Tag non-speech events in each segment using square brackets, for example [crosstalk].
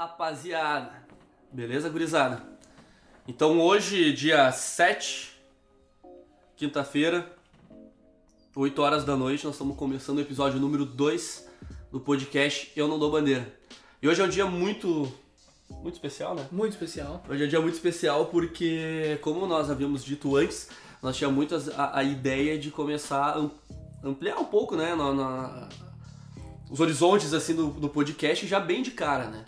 rapaziada. Beleza, gurizada? Então hoje, dia 7, quinta-feira, 8 horas da noite, nós estamos começando o episódio número 2 do podcast Eu Não Dou Bandeira. E hoje é um dia muito. muito especial, né? Muito especial. Hoje é um dia muito especial porque, como nós havíamos dito antes, nós tínhamos muito as- a, a ideia de começar a am- ampliar um pouco, né? na- na- os horizontes, assim, do, do podcast já bem de cara, né?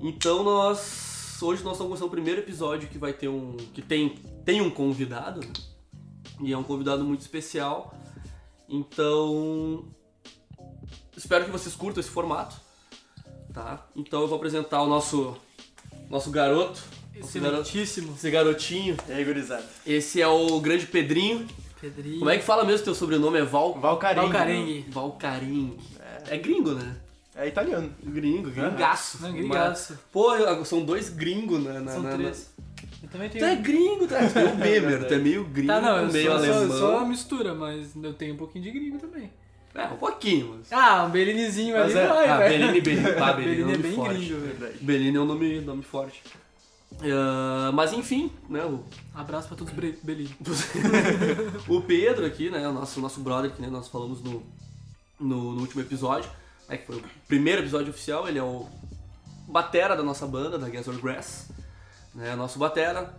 Então nós... Hoje nós estamos começando o primeiro episódio que vai ter um... Que tem, tem um convidado, né? E é um convidado muito especial. Então... Espero que vocês curtam esse formato, tá? Então eu vou apresentar o nosso... Nosso garoto. Nosso garoto- Excelentíssimo. esse garotinho. E aí, gurizada? Esse é o grande Pedrinho. Pedrinho. Como é que fala mesmo teu sobrenome? É Val... Valcarinho. Valcarengue. Valcarim. É gringo, né? É italiano. Gringo, gringaço. Não, gringaço. Mas, Pô, são dois gringos na... na São na- na- três. Eu também Tu é tenho. gringo, tá? Tu é um beber, tu é meio gringo, Tá, não, eu meio sou, alemão. sou, sou uma mistura, mas eu tenho um pouquinho de gringo também. É, um pouquinho. Mas... Ah, um berinizinho ali Mas é- vai, ah, [laughs] velho. Belini, [laughs] Belini, pá, Belini é um Berine é nome bem forte. gringo, velho. Verdade. Belini é um nome, nome forte. Ah, mas enfim, né, o- Abraço pra todos os Belini. O Pedro aqui, né? O nosso, nosso brother, que nem nós falamos no, no, no último episódio, né, que foi o primeiro episódio oficial, ele é o batera da nossa banda, da Gas or Grass, né? Nosso batera,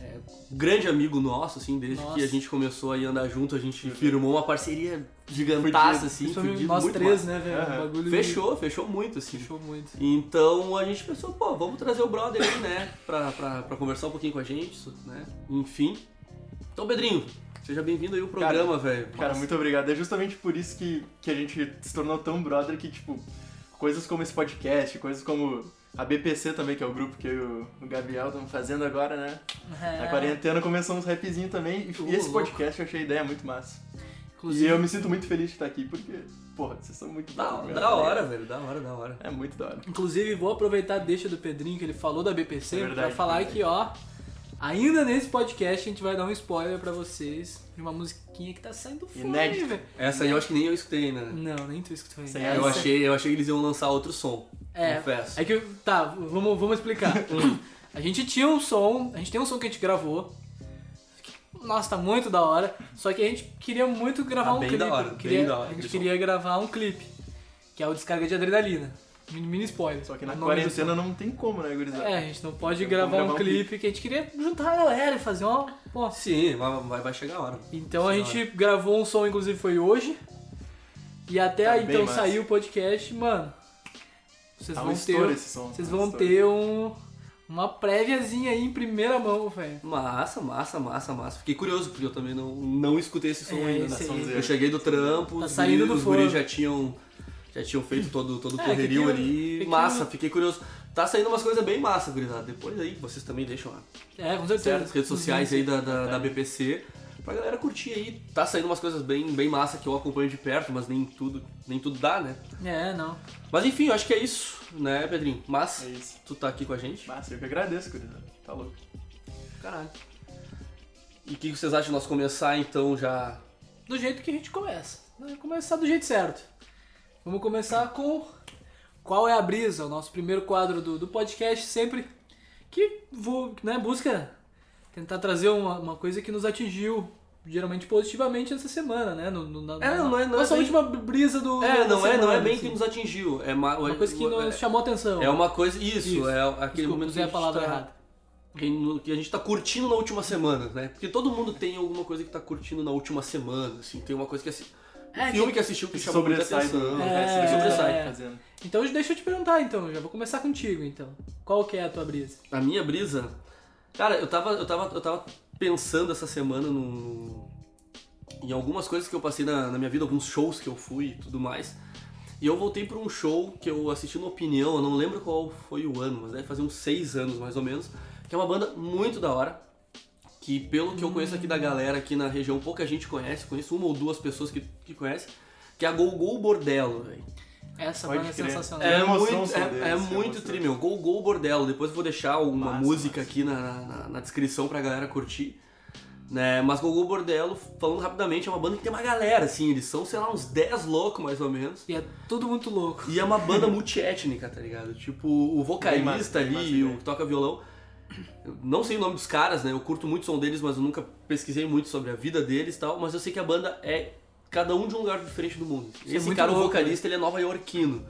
é, grande amigo nosso, assim, desde Nossa. que a gente começou aí a andar junto, a gente firmou uma parceria gigantaça, Fudido. assim, Principalmente fudido, nós muito três, massa. né, velho? Aham. O bagulho Fechou, fechou muito, assim. Fechou muito. Então a gente pensou, pô, vamos trazer o brother aí, né? Pra, pra, pra conversar um pouquinho com a gente, isso, né? Enfim. Então, Pedrinho, seja bem-vindo aí ao programa, velho. Cara, Nossa. muito obrigado. É justamente por isso que, que a gente se tornou tão brother que, tipo, coisas como esse podcast, coisas como a BPC também, que é o grupo que eu e o Gabriel estamos fazendo agora, né? Na quarentena começou uns rapzinhos também. E, É. Ô, e esse louco. podcast eu achei a ideia muito massa. Inclusive, E eu me sinto muito feliz de estar aqui porque, porra, vocês são muito Da, brother, da cara. hora, velho, da hora, da hora. É muito da hora. Inclusive, vou aproveitar a deixa do Pedrinho, que ele falou da BPC, É pra verdade, falar verdade. que, ó, ainda nesse podcast a gente vai dar um spoiler pra vocês de uma musiquinha que tá saindo fora, Inédita. hein, velho. Essa aí eu acho que nem eu escutei ainda. né? Não, nem tu escutou ainda. Sem Essa- Eu achei, eu achei que eles iam lançar outro som. É, Confesso. é que, eu- tá, vamos, vamos explicar. a gente tinha um som, a gente tem um som que a gente gravou, que, nossa, tá muito da hora, só que a gente queria muito gravar Tá um bem clipe. da hora, bem queria, da hora a gente aquele queria gravar um clipe, que é o Descarga de Adrenalina. Mini, mini spoiler. Só que na O nome do som. quarentena não tem como, né, gurizada? É, a gente não pode Vamos gravar, gravar um um clipe que a gente queria juntar a galera e fazer uma. Pô. Sim, vai, vai- vai chegar a hora. Então a Senhora. gente gravou um som, inclusive foi hoje. E até Tá aí, bem então massa. saiu o podcast, mano. Vocês Tá um vão estouro ter. esse som. Vocês tá um vão estouro. ter um. Uma préviazinha aí em primeira mão, velho. Massa, massa, massa, massa. Fiquei curioso, porque eu também não, não escutei esse som É, ainda. esse né? aí. Eu cheguei do trampo, Tá os saindo guris- do os guris forno. já tinham, já tinham feito todo, todo o É, correrio que que- ali. que que- massa, fiquei curioso. Tá saindo umas coisas bem massa, gurizada. Depois aí vocês também deixam lá. É, com certo? certeza. As redes sociais aí da, da, da BPC. Pra galera curtir aí. Tá saindo umas coisas bem, bem massa que eu acompanho de perto, mas nem tudo, nem tudo dá, né? É, não. Mas enfim, eu acho que é isso, né, Pedrinho? Mas É isso. tu tá aqui com a gente. Massa, eu que agradeço, gurizada. Tá louco. Caralho. E o que vocês acham de nós começar então já Do jeito que a gente começa. Vamos começar do jeito certo. Vamos começar com Qual é a Brisa, o nosso primeiro quadro do, do podcast, sempre que vou, né, busca tentar trazer uma, uma coisa que nos atingiu, geralmente positivamente, essa semana, né? No, no- na, É, não é- não é nossa bem- última brisa do. É, da não é, semana, não é bem assim. que nos atingiu. É uma, Uma coisa que nos chamou atenção. é uma coisa. Isso, Isso. é aquele Desculpa, momento que usei a, a gente palavra tá, errada. que no- que a gente tá curtindo na última semana, né? Porque todo mundo tem alguma coisa que tá curtindo na última semana, assim, tem uma coisa que assim. É, um filme que assistiu que Que chamou muita sobressai atenção. do né? resto Que do que sobressai. tá é. fazendo. Ah, Então deixa eu te perguntar então, já vou começar contigo então. Qual que é a tua brisa? A minha brisa. Cara, eu tava, eu tava, eu tava pensando essa semana no, no- em algumas coisas que eu passei na, na minha vida, alguns shows que eu fui e tudo mais. E eu voltei pra um show que eu assisti no Opinião, eu não lembro qual foi o ano, mas deve fazer uns seis anos mais ou menos. Que é uma banda muito da hora. Que pelo que eu conheço aqui da galera aqui na região, pouca gente conhece. Conheço uma ou duas pessoas que, que conhecem. Que é a Golgol Bordello, velho. Essa Pode banda é crer. sensacional. É emoção muito, são é, deles, é é muito emoção. tri, meu. Gol, gol, bordelo. Depois eu vou deixar uma Massa, música massa. aqui na, na, na descrição pra galera curtir. Né? Mas Gogô Bordello, falando rapidamente, é uma banda que tem uma galera, assim, eles são, sei lá, uns 10 loucos mais ou menos. E é tudo muito louco. E é uma banda multiétnica, tá ligado? Tipo, o Bem massa, vocalista bem massa ali, ideia. o que toca violão. eu Não sei o nome dos caras, né? Eu curto muito o som deles, mas eu nunca pesquisei muito sobre a vida deles e tal. Mas eu sei que a banda é cada um de um lugar diferente do mundo. é Esse muito cara, o louco, vocalista, ele é nova-iorquino.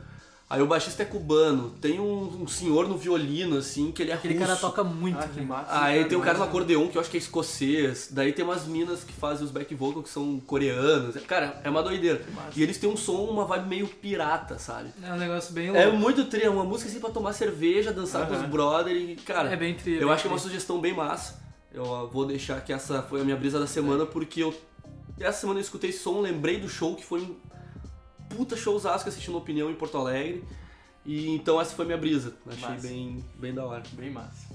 Aí o baixista é cubano. Tem um, um senhor no violino, assim, que ele é Aquele russo. cara toca muito, Ah, que né? massa. Aí tem um cara no acordeon que eu acho que é escocês. Daí tem umas minas que fazem os back vocal que são coreanos. Cara, é uma doideira. massa. E eles têm um som, uma vibe meio pirata, sabe? É um negócio bem É louco. muito tri, é uma música assim pra tomar cerveja, dançar com os Aham. brother e, cara, É bem tri. é eu bem acho que é uma tri. sugestão bem massa. Eu ó, vou deixar que essa foi a minha brisa da semana, porque eu. Essa semana eu escutei esse som, lembrei do show, que foi um puta showzaço que assisti no Opinião em Porto Alegre. E então essa foi minha brisa. Achei Massa. bem, bem da hora. Bem massa.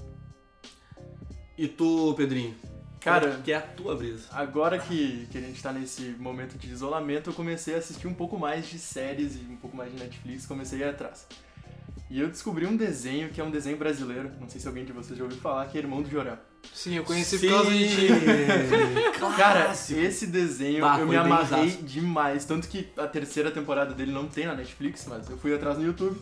E tu, Pedrinho? Cara, Qual que é a tua brisa? agora que, que a gente tá nesse momento de isolamento, eu comecei a assistir um pouco mais de séries e um pouco mais de Netflix, comecei a ir atrás. E eu descobri um desenho que é um desenho brasileiro, não sei se alguém de vocês já ouviu falar, que é Irmão do Jorel. Sim, eu conheci por causa de ti. Cara, Clássico. esse desenho Bah, eu foi me bem amarrei usaço. demais. Tanto que a terceira temporada dele não tem na Netflix, mas eu fui atrás no YouTube.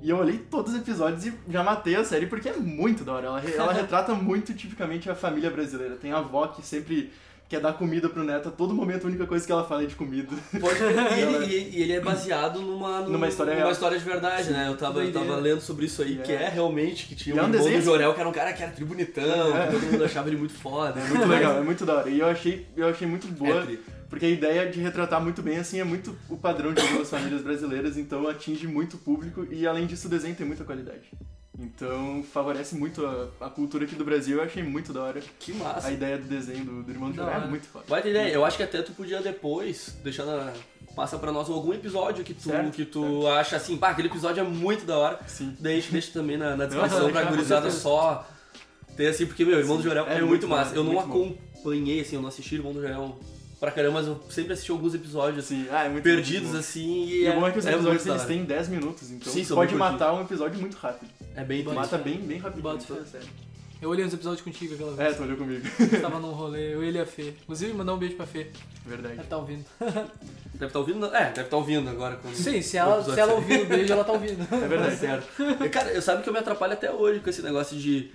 E eu olhei todos os episódios e já matei a série, porque é muito da hora. Ela, [laughs] ela retrata muito tipicamente a família brasileira. Tem a avó que sempre quer dar comida pro neto. A todo momento a única coisa que ela fala é de comida. Pode- [laughs] e, ele, e ele- e ele é baseado numa, num- Numa história real. história de verdade, né? Eu tava, eu tava Doideira. lendo sobre isso aí, É. que é realmente que tinha E é um um irmão do desenho- Jorel, que era um cara que era tribunitão, que todo mundo achava ele muito [laughs] foda. né? É muito legal, é muito da hora. E eu achei, eu achei muito boa. É tri. Porque a ideia de retratar muito bem, assim, é muito o padrão de algumas famílias brasileiras, então atinge muito o público e, além disso, o desenho tem muita qualidade. Então, favorece muito a, a cultura aqui do Brasil, eu achei muito da hora. Que A massa. ideia do desenho do, do Irmão do Assim, Da Jorel é hora. muito foda. Vai ter ideia, eu acho que até tu podia depois, deixar na. Passa pra nós algum episódio que tu, Certo, que tu acha assim, pá, aquele episódio é muito da hora. Sim. Daí a gente deixa também na, na Não, descrição vou pra deixar, gurizada com só. Tem assim, porque, meu, Irmão do Sim, Jorel é é, muito muito massa. massa, eu não muito bom. acompanhei, assim, eu não assisti Irmão do Jorel pra caramba, mas eu sempre assisti alguns episódios, assim, Sim, ah, é muito perdidos, muito bom. assim, e, E o bom é que os episódios muito da eles hora. têm 10 minutos, então Sim, são pode bem curtinhos. matar um episódio muito rápido. É bem triste. Mata bem, bem rápido. Bota fé. Eu olhei uns episódios contigo aquela É, vez. tu olhou comigo. [laughs] A gente tava num rolê, eu, ele e a Fê. Inclusive, mandar um beijo pra Fê. Verdade. Ela tá ouvindo. tá- Deve estar ouvindo? É, deve estar ouvindo agora. Quando... Sim, se ela, se ela ouvir o beijo, ela tá ouvindo. É verdade. certo. Eu, cara, eu sabe que eu me atrapalho até hoje com esse negócio de.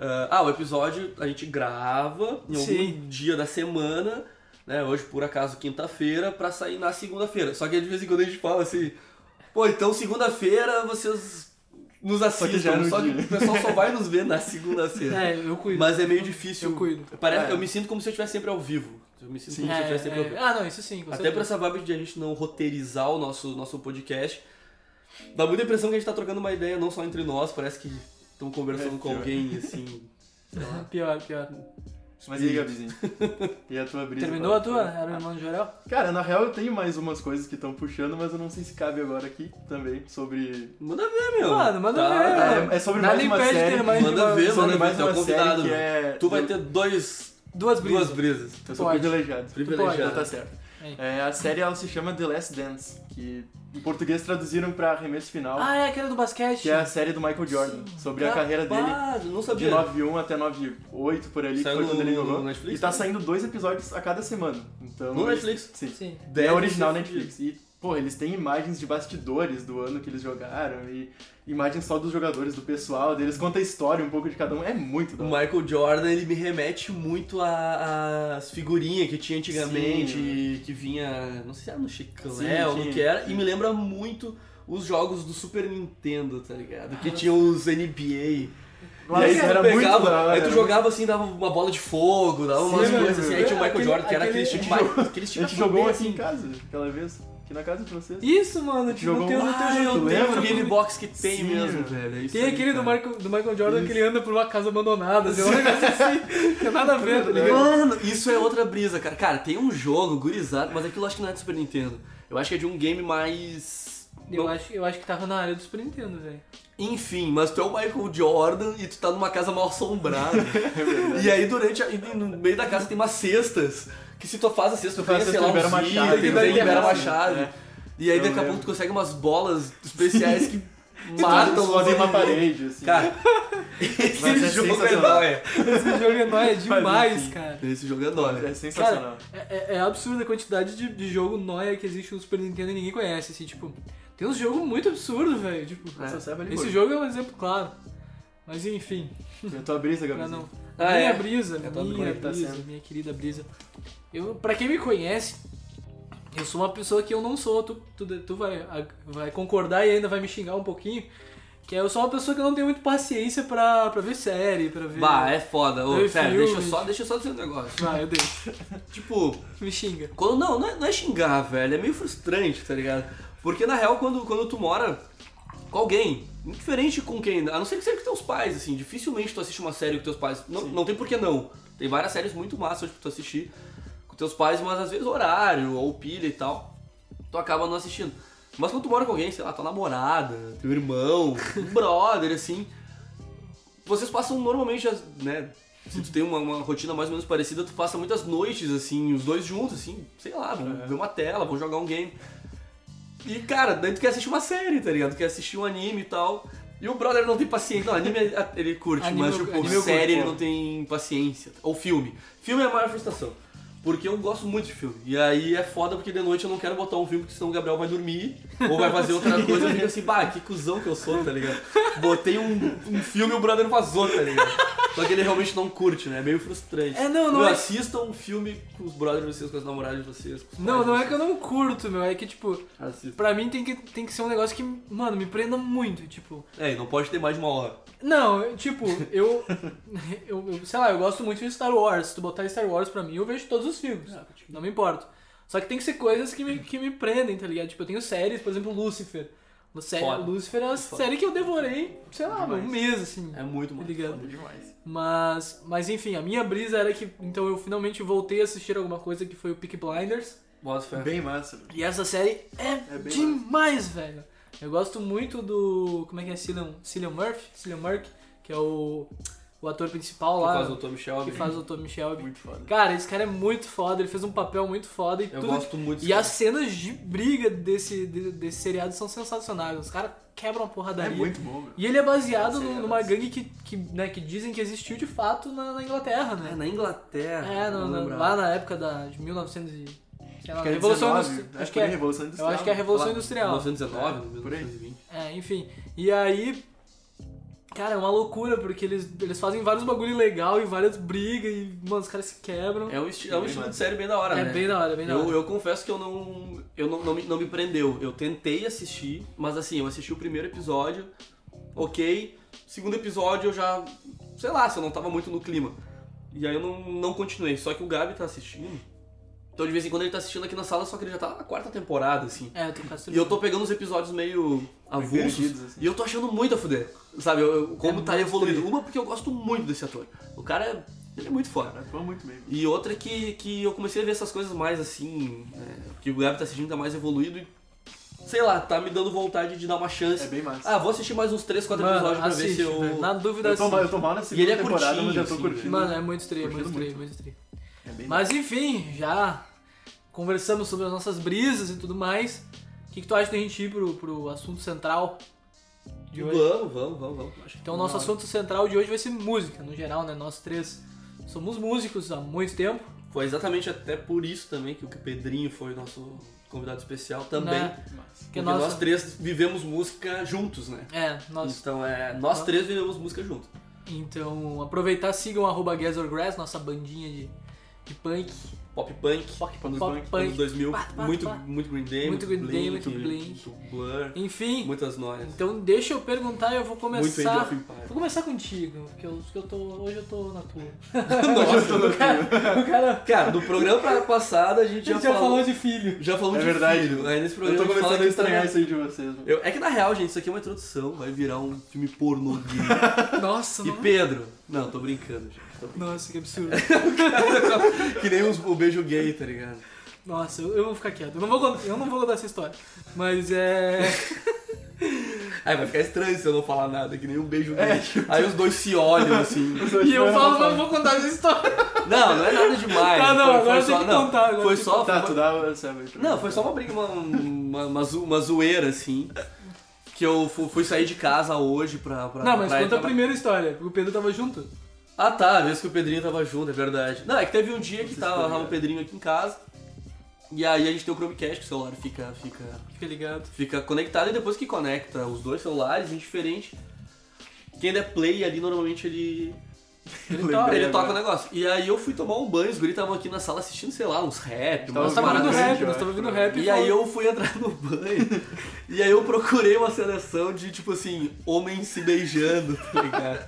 ah, ah, o episódio a gente grava em algum Sim. dia da semana, né? Hoje, por acaso, quinta-feira, pra sair na segunda-feira. Só que de vez em quando a gente fala assim, pô, então segunda-feira vocês nos Só que já é assistam. no Só que, dia. o pessoal só vai nos ver na [laughs] segunda-feira. É, eu cuido. Mas [laughs] é meio difícil. Eu cuido. Parece, É. Eu me sinto como se eu estivesse sempre ao vivo. Eu me sinto Sim. como se eu É, estivesse sempre ao é. vivo. Ah, não, isso sim. com Até certeza. pra essa vibe de a gente não roteirizar o nosso, nosso podcast, dá muita impressão que a gente tá trocando uma ideia não só entre nós, parece que estão conversando É, com pior. alguém, assim. Pior, pior. Mas e aí, Gabizinho? E a tua brisa? Terminou Paulo? a tua? Era o irmão do Jorel? Cara, na real eu tenho mais umas coisas que estão puxando, mas eu não sei se cabe agora aqui também sobre. Manda ver, meu. Mano, Ah, manda ver, tá. mano. É, é sobre Nada mais uma impede série. ter mais Manda uma- ver, sobre mano, mais tu é o uma convidado, série que meu. é. Tu vai eu- ter dois, Duas brisas. duas brisas. Eu sou pode. privilegiado. Então Privilegiado. tá certo. Aí. É, a série ela se chama The Last Dance, que em português traduziram pra Arremesso Final, Ah, é aquela do basquete? que é assim. a série do Michael Jordan, sobre a carreira dele Capaz, Não de sabia. 91 até 98 por ali, Saiu que foi quando no- ele jogou. no Netflix, e tá né? saindo dois episódios a cada semana. Então, No eles- Netflix. Sim. Sim. Deve é original ser Netflix. E, pô, eles têm imagens de bastidores do ano que eles jogaram e imagens só dos jogadores, do pessoal deles. Conta a história um pouco de cada um. É muito da O hora. Michael Jordan, ele me remete muito a- às figurinhas que tinha antigamente, Sim. que vinha, não sei se era no Sim, Chiclé ou no tinha. que era, e me lembra muito os jogos do Super Nintendo, tá ligado? Que tinha os NBA. Nossa, e aí tu era muito pegava, da hora, aí tu era jogava assim, dava uma bola de fogo, dava Sim, umas mano. coisas assim, aí tinha o Michael Aquele- Jordan, que era aquele aquele- a estilo gente mais... Aquele tipo A estilo gente jogou bem, aqui em casa, aquela vez. Aqui na casa de vocês. Isso, mano. Tipo, Jogou no teu, no teu Ah, jogo. eu Tu tenho lembra? o Game Box que tem Sim, mesmo, mano. velho. é isso Tem aí, aquele do, cara. Marco, do Michael Jordan que ele anda por uma casa abandonada. Assim, um negócio assim. Tem nada a ver, tá ligado? Mano, isso é outra brisa, cara. Cara, tem um jogo gurizado, mas aquilo eu acho que não é do Super Nintendo. Eu acho que é de um game mais. Eu Não- acho, eu acho que tava na área do Super Nintendo, velho. Enfim, mas tu é o Michael Jordan e tu tá numa casa mal [laughs] assombrada. e aí durante a- e no meio da casa tem umas cestas. Que se tu faz a cesta, tu Tu faz ganha, a sei lá, cesta, um libera uns uma itens, chave, daí daí libera uma tem- chave. É. E aí assim, daqui a Eu pouco lembro. [laughs] tu consegue umas bolas especiais que Mas Matam fazem os uma inimigos. um parede, assim. Cara, [laughs] Mas é esse jogo é sensacional. nóia. Esse jogo é nóia demais, enfim. cara. Esse jogo é é nóia. sensacional. É, é- é absurda a quantidade de, de jogo nóia que existe no Super Nintendo e ninguém conhece, assim, tipo... Tem uns jogos muito absurdos, velho, tipo... É. Só serve ali Esse por- jogo é um exemplo claro. Mas enfim, Eu tô abrindo essa pra camisa. não... Ah, minha é. brisa, tô minha conectando brisa, sendo. minha querida brisa. Eu, pra quem me conhece, eu sou uma pessoa que eu não sou, tu, tu, tu vai, a- vai concordar e ainda vai me xingar um pouquinho, que eu sou uma pessoa que eu não tenho muito paciência pra, pra ver série, pra ver... Bah, é foda. Ô, Eu sério, filme. deixa eu, só, deixa eu só dizer um negócio. Vai, eu deixo. Tipo, Me xinga. Quando, não, não é, não é xingar, velho. É meio frustrante, tá ligado? Porque na real, quando, quando tu mora com alguém, indiferente com quem, a não ser que seja com teus pais, assim, dificilmente tu assiste uma série com teus pais. Não, Sim. não tem por que não. Tem várias séries muito massas pra tu assistir com teus pais, mas às vezes horário ou pilha e tal, tu acaba não assistindo. Mas quando tu mora com alguém, sei lá, tua namorada, teu irmão, um brother, assim, vocês passam normalmente, as- né? Se tu tem uma, uma rotina mais ou menos parecida, tu passa muitas noites, assim, os dois juntos, assim, sei lá, vão Uhum. ver uma tela, vão jogar um game. E, cara, daí tu quer assistir uma série, tá ligado? Tu quer assistir um anime e tal. E o brother não tem paciência. Não, anime é, ele curte, Anime mas, eu- tipo, anime eu curto, série ele pô. não tem paciência. Ou filme. Filme é a maior frustração. Porque eu gosto muito de filme. E aí é foda porque de noite eu não quero botar um filme, porque senão o Gabriel vai dormir ou vai fazer [laughs] outra coisa. Eu fico assim, bah, que cuzão que eu sou, tá ligado? Botei um, um filme e o brother vazou, tá ligado? Só que ele realmente não curte, né? É meio frustrante. É, não, não Meu, é- assistam um filme com os brothers de vocês, com as namoradas de vocês. com os Não, pais não de é que eu não curto, meu, é que, tipo, vocês. Assistam. pra mim tem que, tem que ser um negócio que, mano, me prenda muito, tipo... É, e não pode ter mais de uma hora. Não, eu, tipo, eu, [laughs] eu, eu- Sei lá, eu gosto muito de Star Wars. Se tu botar Star Wars pra mim, É, eu vejo todos os filmes. Não me importo. Só que tem que ser coisas que me, que me prendem, tá ligado? Tipo, eu tenho séries, por exemplo, Lucifer. Lu- sé- Foda. Lucifer é uma Foda. série que eu devorei, sei lá, Demais. um mês, assim. É muito tá mais. ligado? Foda demais. Mas, mas enfim, a minha brisa era que. Então eu finalmente voltei a assistir alguma coisa que foi o Peak Blinders. Bota fé. Bem massa. velho. E essa série é, É bem demais, velho. Eu gosto muito do. Como é que é? Cillian, Cillian Murphy? Cillian Murphy, que é o, o ator principal Por lá, causa do Tom Shelby. que faz o Tommy Shelby. Muito foda. Cara, esse cara é muito foda, ele fez um papel muito foda e Eu tudo. gosto muito E cara. as cenas de briga desse, de- desse seriado são sensacionais. Os caras quebram a É porradaria. muito bom, meu. E ele é baseado Sim, no- é numa verdade. gangue que, que, né, que dizem que existiu de fato na, na Inglaterra, né? É, na Inglaterra. É, no- não no- lembrava. lá na época da, de 1900 e... sei lá, Acho que é Revolução 19, Industri- é Acho por que aí, é. Revolução Eu Industrial. acho que é a Revolução Lá, Industrial. 1919, Por aí. 1920. É, enfim. E aí. Cara, é uma loucura, porque eles, eles fazem vários bagulho legal e várias brigas e, mano, os caras se quebram. É um, esti- é um Bem estilo massa. de série bem da hora, É né? bem da hora, é bem da eu, hora. eu confesso que eu não. Eu não, não, me, não me prendeu. Eu tentei assistir, mas assim, eu assisti o primeiro episódio, ok. Segundo episódio eu já. Sei lá, se eu não tava muito no clima. E aí eu não, não continuei. Só que o Gabi tá assistindo. Então de vez em quando ele tá assistindo aqui na sala, só que ele já tá na quarta temporada, assim. É, eu tô quase E eu tô pegando os episódios meio avulsos. perdidos, assim. E eu tô achando muito a fuder. Sabe, eu- eu- como É tá muito evoluindo. Uma, porque eu gosto muito desse ator. O cara é. Ele é muito foda. Cara, foi muito bem. E outra é que, que eu comecei a ver essas coisas mais assim, é, que o Gabi tá assistindo, tá mais evoluído e, sei lá, tá me dando vontade de dar uma chance. É bem massa. Ah, vou assistir mais uns 3, 4 Mano, episódios pra assiste, ver se eu... velho. Na dúvida, Eu tô, mal- eu assim. tô mal na E ele segunda é temporada, mas eu curtinho, tô assim, curtindo. Mano, é muito estranho, é muito Curtindo estranho, muito. muito estranho. É bem massa. Mas enfim, já conversamos sobre as nossas brisas e tudo mais. O que, que tu acha da gente ir pro, pro assunto central de hoje? Vamos, vamos, vamos, vamos. Acho que Então o nosso não. assunto central de hoje vai ser música, no geral, né? Nós três somos músicos há muito tempo. Foi exatamente até por isso também que o Pedrinho foi o nosso convidado especial também. Né? Massa. Que Porque nossa- nós três vivemos música juntos, né? É, nós. Então é, nós Nossa. três vivemos música juntos. Então, aproveitar, sigam arroba Guess or Grass, nossa bandinha de, de punk. Pop punk, Rock pra nos Pop- banhos. Punk. anos 2000, Pá, pá, muito, pá. muito Green Day, Muito Green Day, muito Blink. muito Blur, Enfim, muitas noias. então deixa eu perguntar e eu vou Muito Age começar. of Empires. Vou começar contigo, porque eu, porque eu tô, hoje eu tô na tua. [laughs] Nossa, O cara, o cara cara, no programa pra- passado a a gente gente já, já falou, falou de filho. já falou É de verdade. filho. Aí nesse Eu programa tô a gente fala começando a que tá- estranhar isso aí de vocês, mano. Eu- é que na real, gente, isso aqui é uma introdução, vai virar um filme pornô gay. [laughs] Nossa, e não- Pedro. Não, tô brincando, gente. Tô Nossa, que absurdo. brincando. que nem os- o beijo gay, tá ligado? Nossa, eu, eu vou ficar quieto. Eu não vou, cont- eu não vou contar essa história. Mas [laughs] é. Aí vai ficar estranho se eu não falar nada, que nem um beijo gay. Aí os dois se olham assim. E eu falo, não vou contar essa história. Não, não é nada demais. Tá, não, Foi- foi agora tem só, que não, contar, agora Foi tem que só. Tá, tu dá essa aí pra mim. Não, foi só uma briga, uma, uma, uma, zo- uma zoeira, assim. que eu fu- fui sair de casa hoje pra. pra Não, mas pra ir conta a trabalhar. primeira história, porque o Pedro tava junto. Ah tá, a vez que o Pedrinho tava junto, é verdade. Não, é que teve um dia que tava, tava o Pedrinho aqui em casa. E aí a gente tem o Chromecast, que o celular fica, fica, Fica ligado. fica conectado e depois que conecta os dois celulares, indiferente. Quem ainda é play ali normalmente ele. Ele Lembrei toca. Ele agora. toca né? o negócio. E aí eu fui tomar um banho, os guris estavam aqui na sala assistindo, sei lá, uns rap, Tava umas Nós Então, tava ouvindo paradas. grande, rap, eu nós acho, tava ouvindo né? rap. E aí eu fui entrar no banho [laughs] e aí eu procurei uma seleção de, tipo assim, homens se beijando, tá ligado?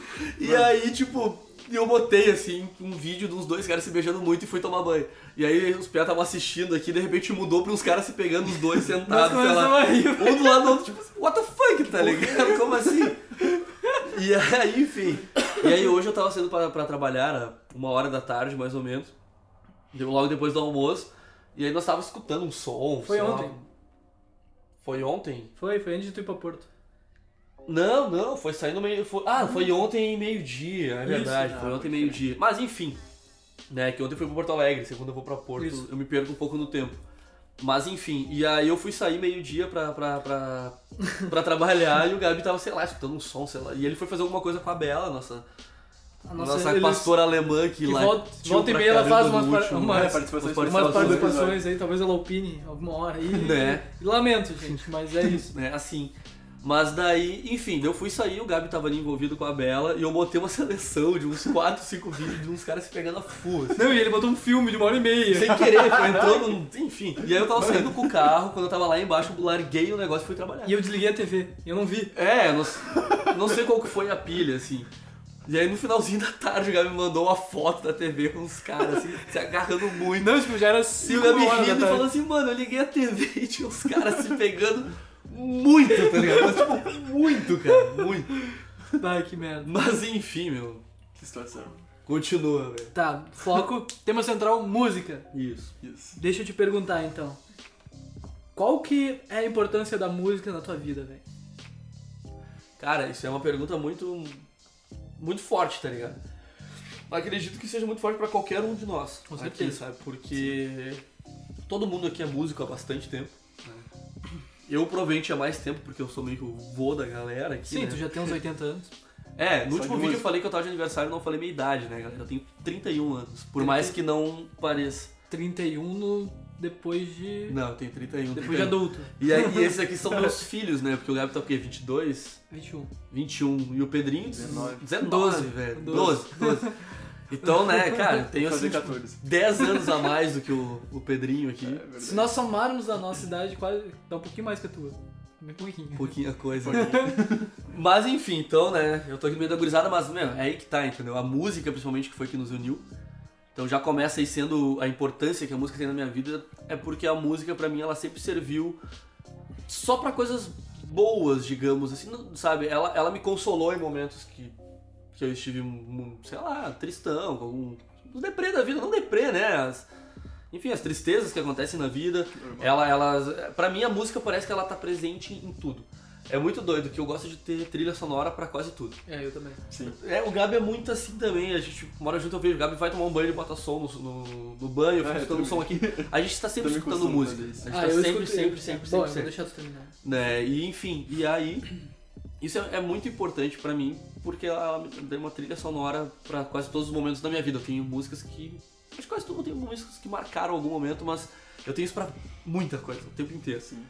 [laughs] E aí, tipo, eu botei, assim, um vídeo de uns dois caras se beijando muito e fui tomar banho. E aí os piados estavam assistindo aqui, de repente mudou pra uns caras se pegando, os dois Nós sentados, sei começamos lá. a rir. Um do lado do outro, tipo, assim, what the fuck, tá ligado? Como assim? E aí, enfim. E aí hoje eu tava saindo pra, pra trabalhar, era uma hora da tarde, mais ou menos. Deu logo depois do almoço. E aí nós tava escutando um som. Foi sei lá. ontem. Foi ontem? Foi, foi antes de tu ir pra Porto. Não, não, foi saindo meio. foi- ah, foi ontem meio-dia, é Isso, verdade. ah, foi ontem pode meio-dia. Mas enfim. Né, que ontem eu fui pra Porto Alegre, segunda eu vou pra Porto, Isso. eu me perco um pouco no tempo. Mas enfim, e aí eu fui sair meio-dia pra, pra, [laughs] pra, pra trabalhar e o Gabi tava, sei lá, escutando um som, sei lá. E ele foi fazer alguma coisa com a Bela, nossa, A nossa, eles- pastora alemã que, que lá. volta, tio volta e pra meia ela faz caramba umas, no par- último, umas, né? participações Umas umas participações. participações aí, talvez ela opine alguma hora aí. Né? E Lamento, gente, mas é isso. né? Assim. Mas daí, enfim, eu fui sair, o Gabi tava ali envolvido com a Bela e eu botei uma [laughs] seleção de uns 4, 5 vídeos de uns caras se pegando a full. assim. Não, e ele botou um filme de uma hora e meia. Sem querer, [laughs] foi entrando num. Enfim. E aí eu tava saindo com o carro, quando eu tava lá embaixo, eu larguei o negócio e fui trabalhar. E eu desliguei a TV, eu não vi. É, eu não, s- não sei qual que foi a pilha, assim. E aí no finalzinho da tarde o Gabi me mandou uma foto da TV com os caras, assim, se agarrando muito. Não, tipo, já era E o 5 Gabi horas da rindo e tarde. falando assim, mano, eu liguei a TV e [laughs] tinha os caras se pegando muito, tá ligado? Mas, tipo, muito, cara, muito. assim, Ai, que merda. Mas enfim, meu, Que situação. continua, velho. Tá, foco, [laughs] tema central, música. Isso. Isso. Deixa eu te perguntar, então. Qual que é a importância da música na tua vida, velho? Cara, isso é uma pergunta muito. muito forte, tá ligado? Mas acredito que seja muito forte pra qualquer um de nós. Com aqui, certeza. sabe? Porque todo mundo aqui é músico há bastante tempo. É. Eu provavelmente há mais tempo, porque eu sou meio que o vô da galera aqui. Sim, né? tu já tem uns 80 anos. É, no Só último de vídeo eu música. falei que eu tava de aniversário e não falei minha idade, né, galera? Eu tenho 31 anos. Por mais que não pareça. 31 no... depois de... Não, eu tenho 31. Depois 31. de adulto. E, aí, e esses aqui são [laughs] meus filhos, né? Porque o Gabi tá o quê? 22? 21. 21 e o Pedrinho 19. 19 12, velho. 12, doze. 12. Então, né, [laughs] cara, eu tenho Fazer assim, tipo, 14. 10 anos a mais do que o, o Pedrinho aqui. É verdade. Se nós somarmos a nossa idade, quase dá um pouquinho mais que a tua. Um pouquinho. Pouquinha coisa. né? [laughs] mas enfim, então, né, eu tô aqui no meio da gurizada, mas, meu, é aí que tá, entendeu? A música, principalmente, que foi que nos uniu. Então já começa aí sendo a importância que a música tem na minha vida, é porque a música, pra mim, ela sempre serviu só pra coisas boas, digamos assim, não- sabe? Ela, ela me consolou em momentos que, que eu estive, mu- sei lá, tristão, com algum. um deprê da vida, não deprê, né? As- enfim, as tristezas que acontecem na vida. Normal. Ela, ela, pra mim, a música parece que ela tá presente em tudo. É muito doido que eu gosto de ter trilha sonora pra quase tudo. É, eu também. Sim. É, o Gabi é muito assim também. A gente mora junto, eu vejo. O Gabi vai tomar um banho, ele bota som no, no, no banho, eu Ah, fico eu escutando som aqui. A gente tá sempre Também escutando costumo música. A gente fazer isso. tá Ah, eu sempre, escuto- sempre, sempre, Bom, sempre, eu vou sempre. deixar tu terminar. Né? E enfim, e aí. Isso é, é muito importante pra mim, porque ela me deu uma trilha sonora pra quase todos os momentos da minha vida. Eu tenho músicas que. Acho que quase todo mundo tem músicas que marcaram algum momento, mas eu tenho isso pra muita coisa, o tempo inteiro. Sim.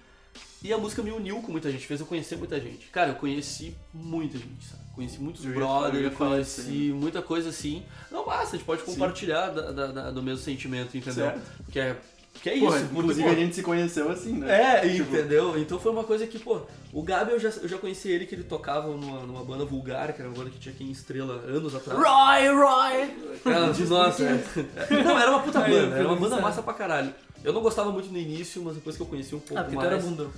E a música me uniu com muita gente, fez eu conhecer muita gente. Cara, eu conheci muita gente, sabe? Conheci muitos Eu ia falar- brothers, eu ia eu falar conheci isso aí. muita coisa assim. Não basta, a gente pode Sim. compartilhar da- da- da- do mesmo sentimento, entendeu? Certo. Que é, que é Porra, isso. porque, inclusive pô, a gente se conheceu assim, né? é, Tipo- entendeu? Então foi uma coisa que, pô, o Gabi eu já, eu já conheci ele que ele tocava numa, numa banda vulgar, que era uma banda que tinha aqui em estrela anos atrás. Roy, Um Roy! [laughs] Cara, nossa, é. Não, era uma puta Aí, banda, era uma feliz, banda é. né? massa pra caralho. Eu não gostava muito no início, mas depois que eu conheci um pouco Ah, porque tu mais. era bundão.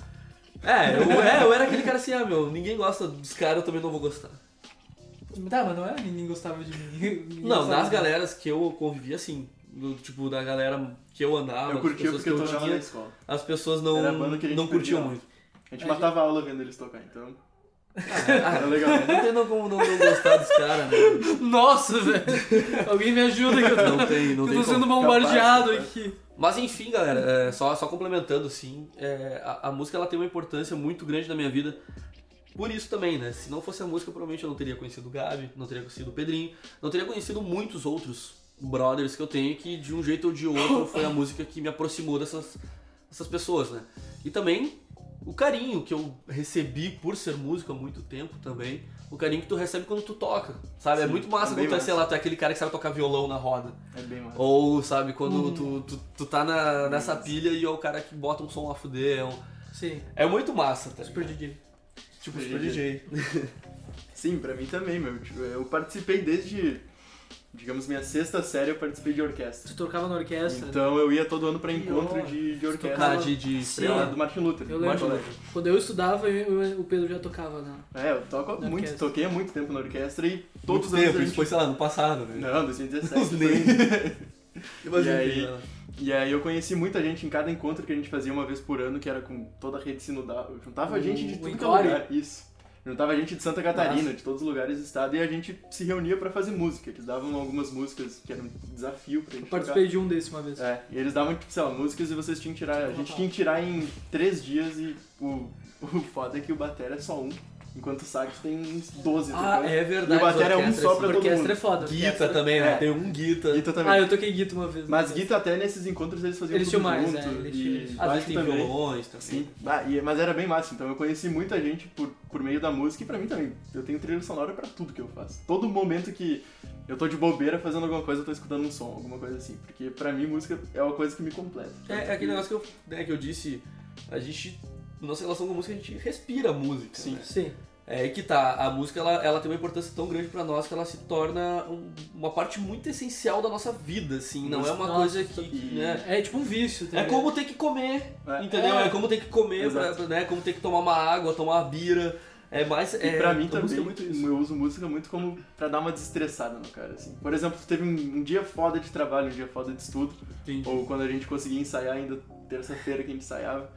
É, eu, é, eu era aquele cara assim, ah, meu, ninguém gosta dos caras, eu também não vou gostar. Tá, mas não era ninguém gostava de mim. [laughs] Ninguém Não, gostava das de mim. galeras que eu convivia, assim, do, tipo, da galera que eu andava, Eu as curtia pessoas porque eu que eu tocava na tinha, escola. as pessoas Era a não, banda que a gente [laughs] não curtiam perdia. muito. A gente É, matava a aula vendo eles tocar, então. É legal, né? Não tem não como não, não gostar dos caras, né? Nossa, velho. [laughs] Alguém me ajuda que eu tô, Não tem, [laughs] não eu tem tô sendo como. bombardeado Capaz, aqui. Mas enfim, galera, é, só, só complementando, sim, é, a, a música ela tem uma importância muito grande na minha vida. Por isso também, né? Se não fosse a música, provavelmente eu não teria conhecido o Gabi, não teria conhecido o Pedrinho, não teria conhecido muitos outros brothers que eu tenho, que de um jeito ou de [laughs] outro foi a música que me aproximou dessas, dessas pessoas, né? E também o carinho que eu recebi por ser músico há muito tempo também. O carinho que tu recebe quando tu toca, sabe? é Sim, muito massa é quando bem tu é, sei massa. lá, tu é aquele cara que sabe tocar violão na roda. É bem massa. Ou, sabe, quando Hum. tu, tu, tu tá na, nessa pilha e é o cara que bota um som a fuder. É, um- Sim, é muito massa, tá? super DJ. Tipo, Super DJ. Sim, pra mim também, meu. Tipo, eu participei desde, digamos, minha sexta série, eu participei de orquestra. Tu tocava na orquestra. né? Então eu ia todo ano pra encontro ó, de, de Cara, orquestra. de, de Sim. Sei lá, do Martin Luther. Eu do Martin lembro. Luther. Quando eu estudava, eu- eu- o Pedro já tocava na. É, eu toco há Na muito, orquestra. toquei há muito tempo na orquestra e Todo todos os anos tempo, a isso gente- foi, sei lá, no passado, né? Não, 2017. Os foi- É, Imagina, E aí- né? E aí eu conheci muita gente em cada encontro que a gente fazia uma vez por ano, que era com toda a rede sinodal. Eu juntava O- gente de o tudo que é Encore? lugar. Isso. Juntava gente de Santa Catarina, de todos os lugares do estado, e a gente se reunia pra fazer música. Eles davam algumas músicas que eram um desafio pra gente Eu tocar. participei de um desse uma vez. É, e eles davam, tipo, sei lá, músicas e vocês tinham que tirar. A gente tinha que tirar em três dias e o, o foda é que o Batera é só um, enquanto o sax tem uns 12. Ah, é verdade. E o batera é um orquestra, só assim. pra todo Orquestra é mundo. foda. Guita orquestra- também, né? É. Tem um guita. E tu também. Ah, eu toquei guita uma vez. Mas né? Guita até nesses encontros eles faziam Eles tudo tinham mais, junto, é, eles e tinham- às Às baixo vezes tem também. violões também. Sim, Bah, e- mas era bem massa, então eu conheci muita gente por, por meio da música e pra mim também. Eu tenho trilha sonora pra tudo que eu faço. Todo momento que eu tô de bobeira fazendo alguma coisa, eu tô escutando um som, alguma coisa assim. Porque pra mim música é uma coisa que me completa. É, é aquele negócio que eu, né, que eu disse, a gente, nossa relação com a música, a gente respira a música. Sim. né? Sim. É aí que tá, a música ela, ela tem uma importância tão grande pra nós que ela se torna um- uma parte muito essencial da nossa vida, assim, não é uma Nossa, coisa que, que, né? É tipo um vício. tá É ligado? como ter que comer, É. entendeu? É, como ter que comer, pra- Exato. pra, né? Como ter que tomar uma água, tomar uma bira. É mais. E é, pra mim a música também, é muito isso. eu uso música muito como pra dar uma desestressada no cara, assim. Por exemplo, teve um, um dia foda de trabalho, um dia foda de estudo, ou quando a gente conseguia ensaiar ainda terça-feira que a gente ensaiava.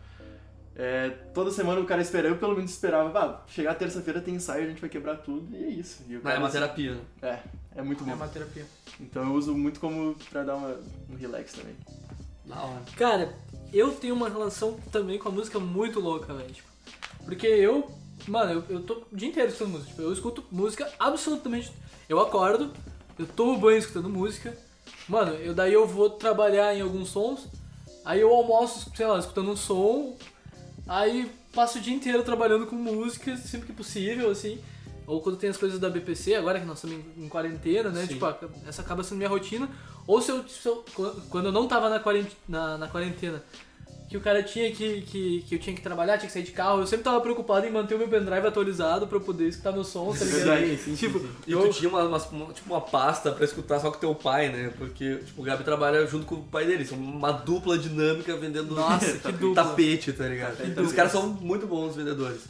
É, toda semana o cara esperava, eu pelo menos esperava, ah, chegar terça-feira tem ensaio, a gente vai quebrar tudo, e é isso. E o Não, é cara, uma terapia. né? É, é muito É bom. uma terapia. Então eu uso muito como pra dar uma- um relax também. Tá. Da hora. Cara, eu tenho uma relação também com a música muito louca, velho. Tipo, porque eu, mano, eu, eu tô o dia inteiro escutando música. Tipo, eu escuto música absolutamente. Eu acordo, eu tomo banho escutando música. Mano, eu daí eu vou trabalhar em alguns sons. Aí eu almoço, sei lá, escutando um som. Aí passo o dia inteiro trabalhando com música, sempre que possível, assim. Ou quando tem as coisas da BPC, agora que nós estamos em, em quarentena, né? Sim. Tipo, a- essa acaba sendo minha rotina. Ou se eu, se eu- Quando eu não tava na quarentena, na, na quarentena, que o cara tinha que, que. que eu tinha que trabalhar, tinha que sair de carro, eu sempre tava preocupado em manter o meu pendrive atualizado pra eu poder escutar meu som, tá ligado? Verdade. Tipo, E eu- tu tinha uma, umas- uma- tipo, uma pasta pra escutar só com teu pai, né? Porque tipo, o Gabi trabalha junto com o pai dele. São uma dupla dinâmica vendendo Nossa, que dupla. [laughs] tapete, tá ligado? Tapete. Os caras são muito bons vendedores.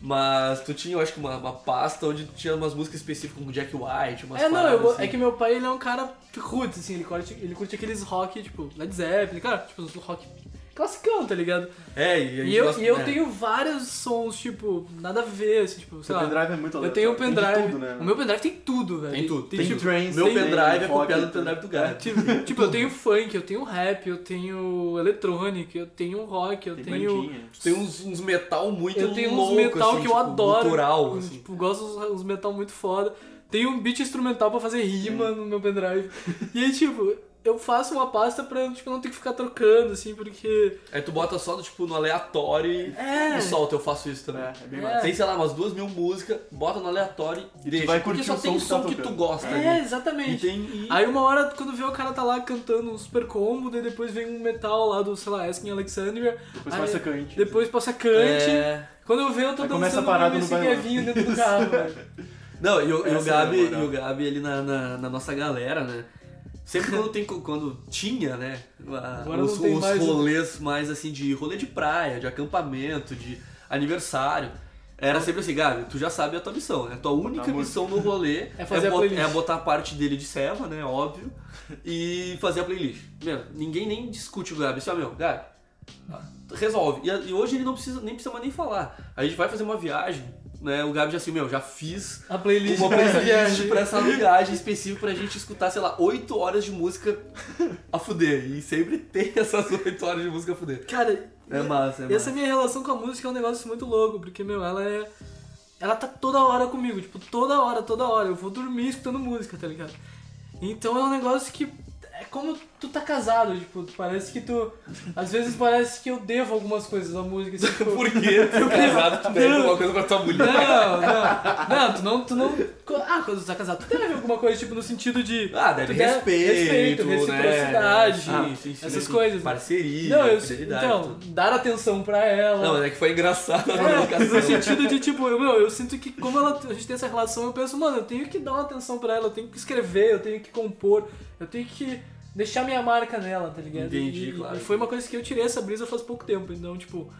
Mas tu tinha, eu acho que, uma, uma pasta onde tinha umas músicas específicas com Jack White, umas É, não, eu, paradas assim. é que meu pai ele é um cara roots, assim, ele curte, ele curte aqueles rock, tipo, Led Zeppelin, cara, tipo, uns rock classicão, tá ligado? É, e, a gente E eu, gosta- e eu é. tenho vários sons, tipo, nada a ver, assim, tipo, sei Seu lá. pendrive é muito Eu tenho um aleatório, tem de pendrive. tudo, né? O meu pendrive tem tudo, velho. Tem tudo, tem tipo, trance, Meu tem pendrive é rock, copiado do tem- pendrive do Gabi. [laughs] Tipo, tipo, eu tenho funk, eu tenho rap, eu tenho eletrônica, eu tenho rock, eu tem tenho. bandinha. Tem uns, uns metal muito Eu tenho uns louco, metal assim, que eu tipo, adoro. Gutural, eu, assim. Tipo, gosto uns, uns metal muito foda. Tem um beat instrumental pra fazer rima no meu pendrive. E aí, tipo, eu faço uma pasta pra tipo, não ter que ficar trocando, assim, porque. Aí tu bota só tipo, no aleatório e, É. e solta, eu faço isso também. É, é bem É. massa. Tem, sei lá, umas duas mil músicas, bota no aleatório e tu deixa. vai porque curtir só o tem som que tá som que tu tocando. gosta. É, ali. E exatamente. tem. e- Aí uma hora, quando vê o cara tá lá cantando um super combo, daí depois vem um metal lá do, sei lá, Asking Alexandria. Depois aí- passa cante. Depois passa cante. É. Quando eu ver, eu tô Aí dançando começa a um parada MC no bailão. Kevinho dentro do carro, né? velho. Não, e o, e o Essa é a Gabi, moral. e o Gabi ali na, na, na nossa galera, né? Sempre quando tem quando tinha, né? a- Agora os não tem os mais, né? rolês mais assim de rolê de praia, de acampamento, de aniversário. Era sempre assim, Gabi, tu já sabe a tua missão, né? Tua única música. missão no rolê Tá [laughs] É fazer a bot- playlist. é botar a parte dele de serva, né? Óbvio. E fazer a playlist. Meu, ninguém nem discute o Gabi. Assim, ó, meu, Gabi, ah, resolve. E, a- e hoje ele não precisa, nem precisa mais nem falar. A gente vai fazer uma viagem, né, o Gabi já assim, meu, já fiz A playlist. uma [laughs] playlist pra essa viagem específica pra gente escutar, sei lá, 8 horas de música a fuder. E sempre tem [laughs] essas 8 horas de música a fuder. Cara, É massa, é essa massa. minha relação com a música é um negócio muito louco, porque, meu, ela é. Ela tá toda hora comigo, tipo, toda hora, toda hora. Eu vou dormir escutando música, tá ligado? Então é um negócio que. É como tu tá casado, tipo, parece que tu. Às vezes parece que eu devo algumas coisas à música. Assim, tipo, [laughs] Por quê? Tu é casado, tu deve alguma coisa com a tua mulher. Não, não. Não, tu não, tu não. Ah, quando tu tá casado, tu deve alguma coisa, tipo, no sentido de. Ah, deve Tu deve- respeito, respeito, né? reciprocidade, Ah, sim, sim, essas né? coisas, né? Parceria, Não, eu. fidelidade, Então, é tudo. dar atenção pra ela. Não, mas é que foi engraçado a É, no colocação. sentido de, tipo, eu, meu, eu sinto que como ela- a gente tem essa relação, eu penso, mano, eu tenho que dar uma atenção pra ela, eu tenho que escrever, eu tenho que compor, eu tenho que deixar minha marca nela, tá ligado? Entendi, E- claro. E foi uma coisa que eu tirei essa brisa faz pouco tempo, então, tipo...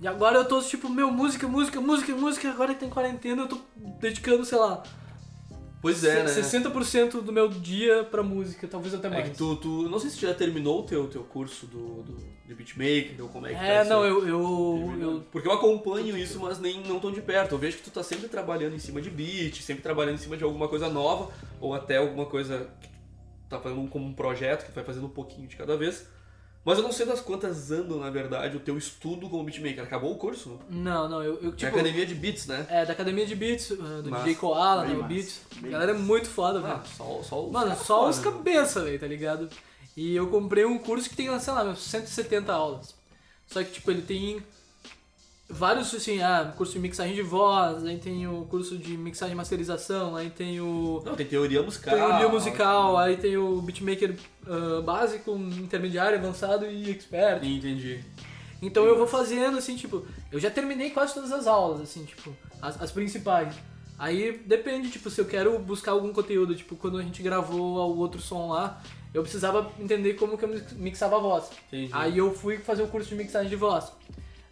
E agora eu tô, tipo, meu, música, música, música, música, agora que tem quarentena, eu tô dedicando, sei lá, Pois é, né? 60% do meu dia pra música, talvez até É mais. que tu, tu- Não sei se tu já terminou o teu, teu curso do, do, de beatmaker ou como é que tá É, isso não, aí. eu... eu, eu Porque eu acompanho isso, mas nem não tão de perto. Eu vejo que tu tá sempre trabalhando em cima de beat, sempre trabalhando em cima de alguma coisa nova, ou até alguma coisa que tu tá fazendo como um projeto, que tu vai fazendo um pouquinho de cada vez. Mas eu não sei das quantas andam, na verdade, o teu estudo como beatmaker. Acabou o curso? Tipo, não, não, eu, eu é tipo... academia de beats, né? É, da academia de beats, uh, do Massa. DJ Koala, Bem do massa. Beats. A Bem galera é muito foda, velho. Ah, só, só os Mano, caras só foda, os né? cabeça, velho, tá ligado? E eu comprei um curso que tem, sei lá, meus 170 aulas. Só que, tipo, ele tem vários, assim, ah, curso de mixagem de voz, aí tem o curso de mixagem e masterização, aí tem o Não, tem teoria musical. teoria musical, aí tem o beatmaker ah, básico, intermediário, avançado e expert. Entendi. Então eu vou fazendo, assim, tipo, eu já terminei quase todas as aulas, assim, tipo, as, as principais. Aí depende, tipo, se eu quero buscar algum conteúdo, tipo, quando a gente gravou o outro som lá, eu precisava entender como que eu mix- mixava a voz. Entendi. Aí eu fui fazer o curso de mixagem de voz.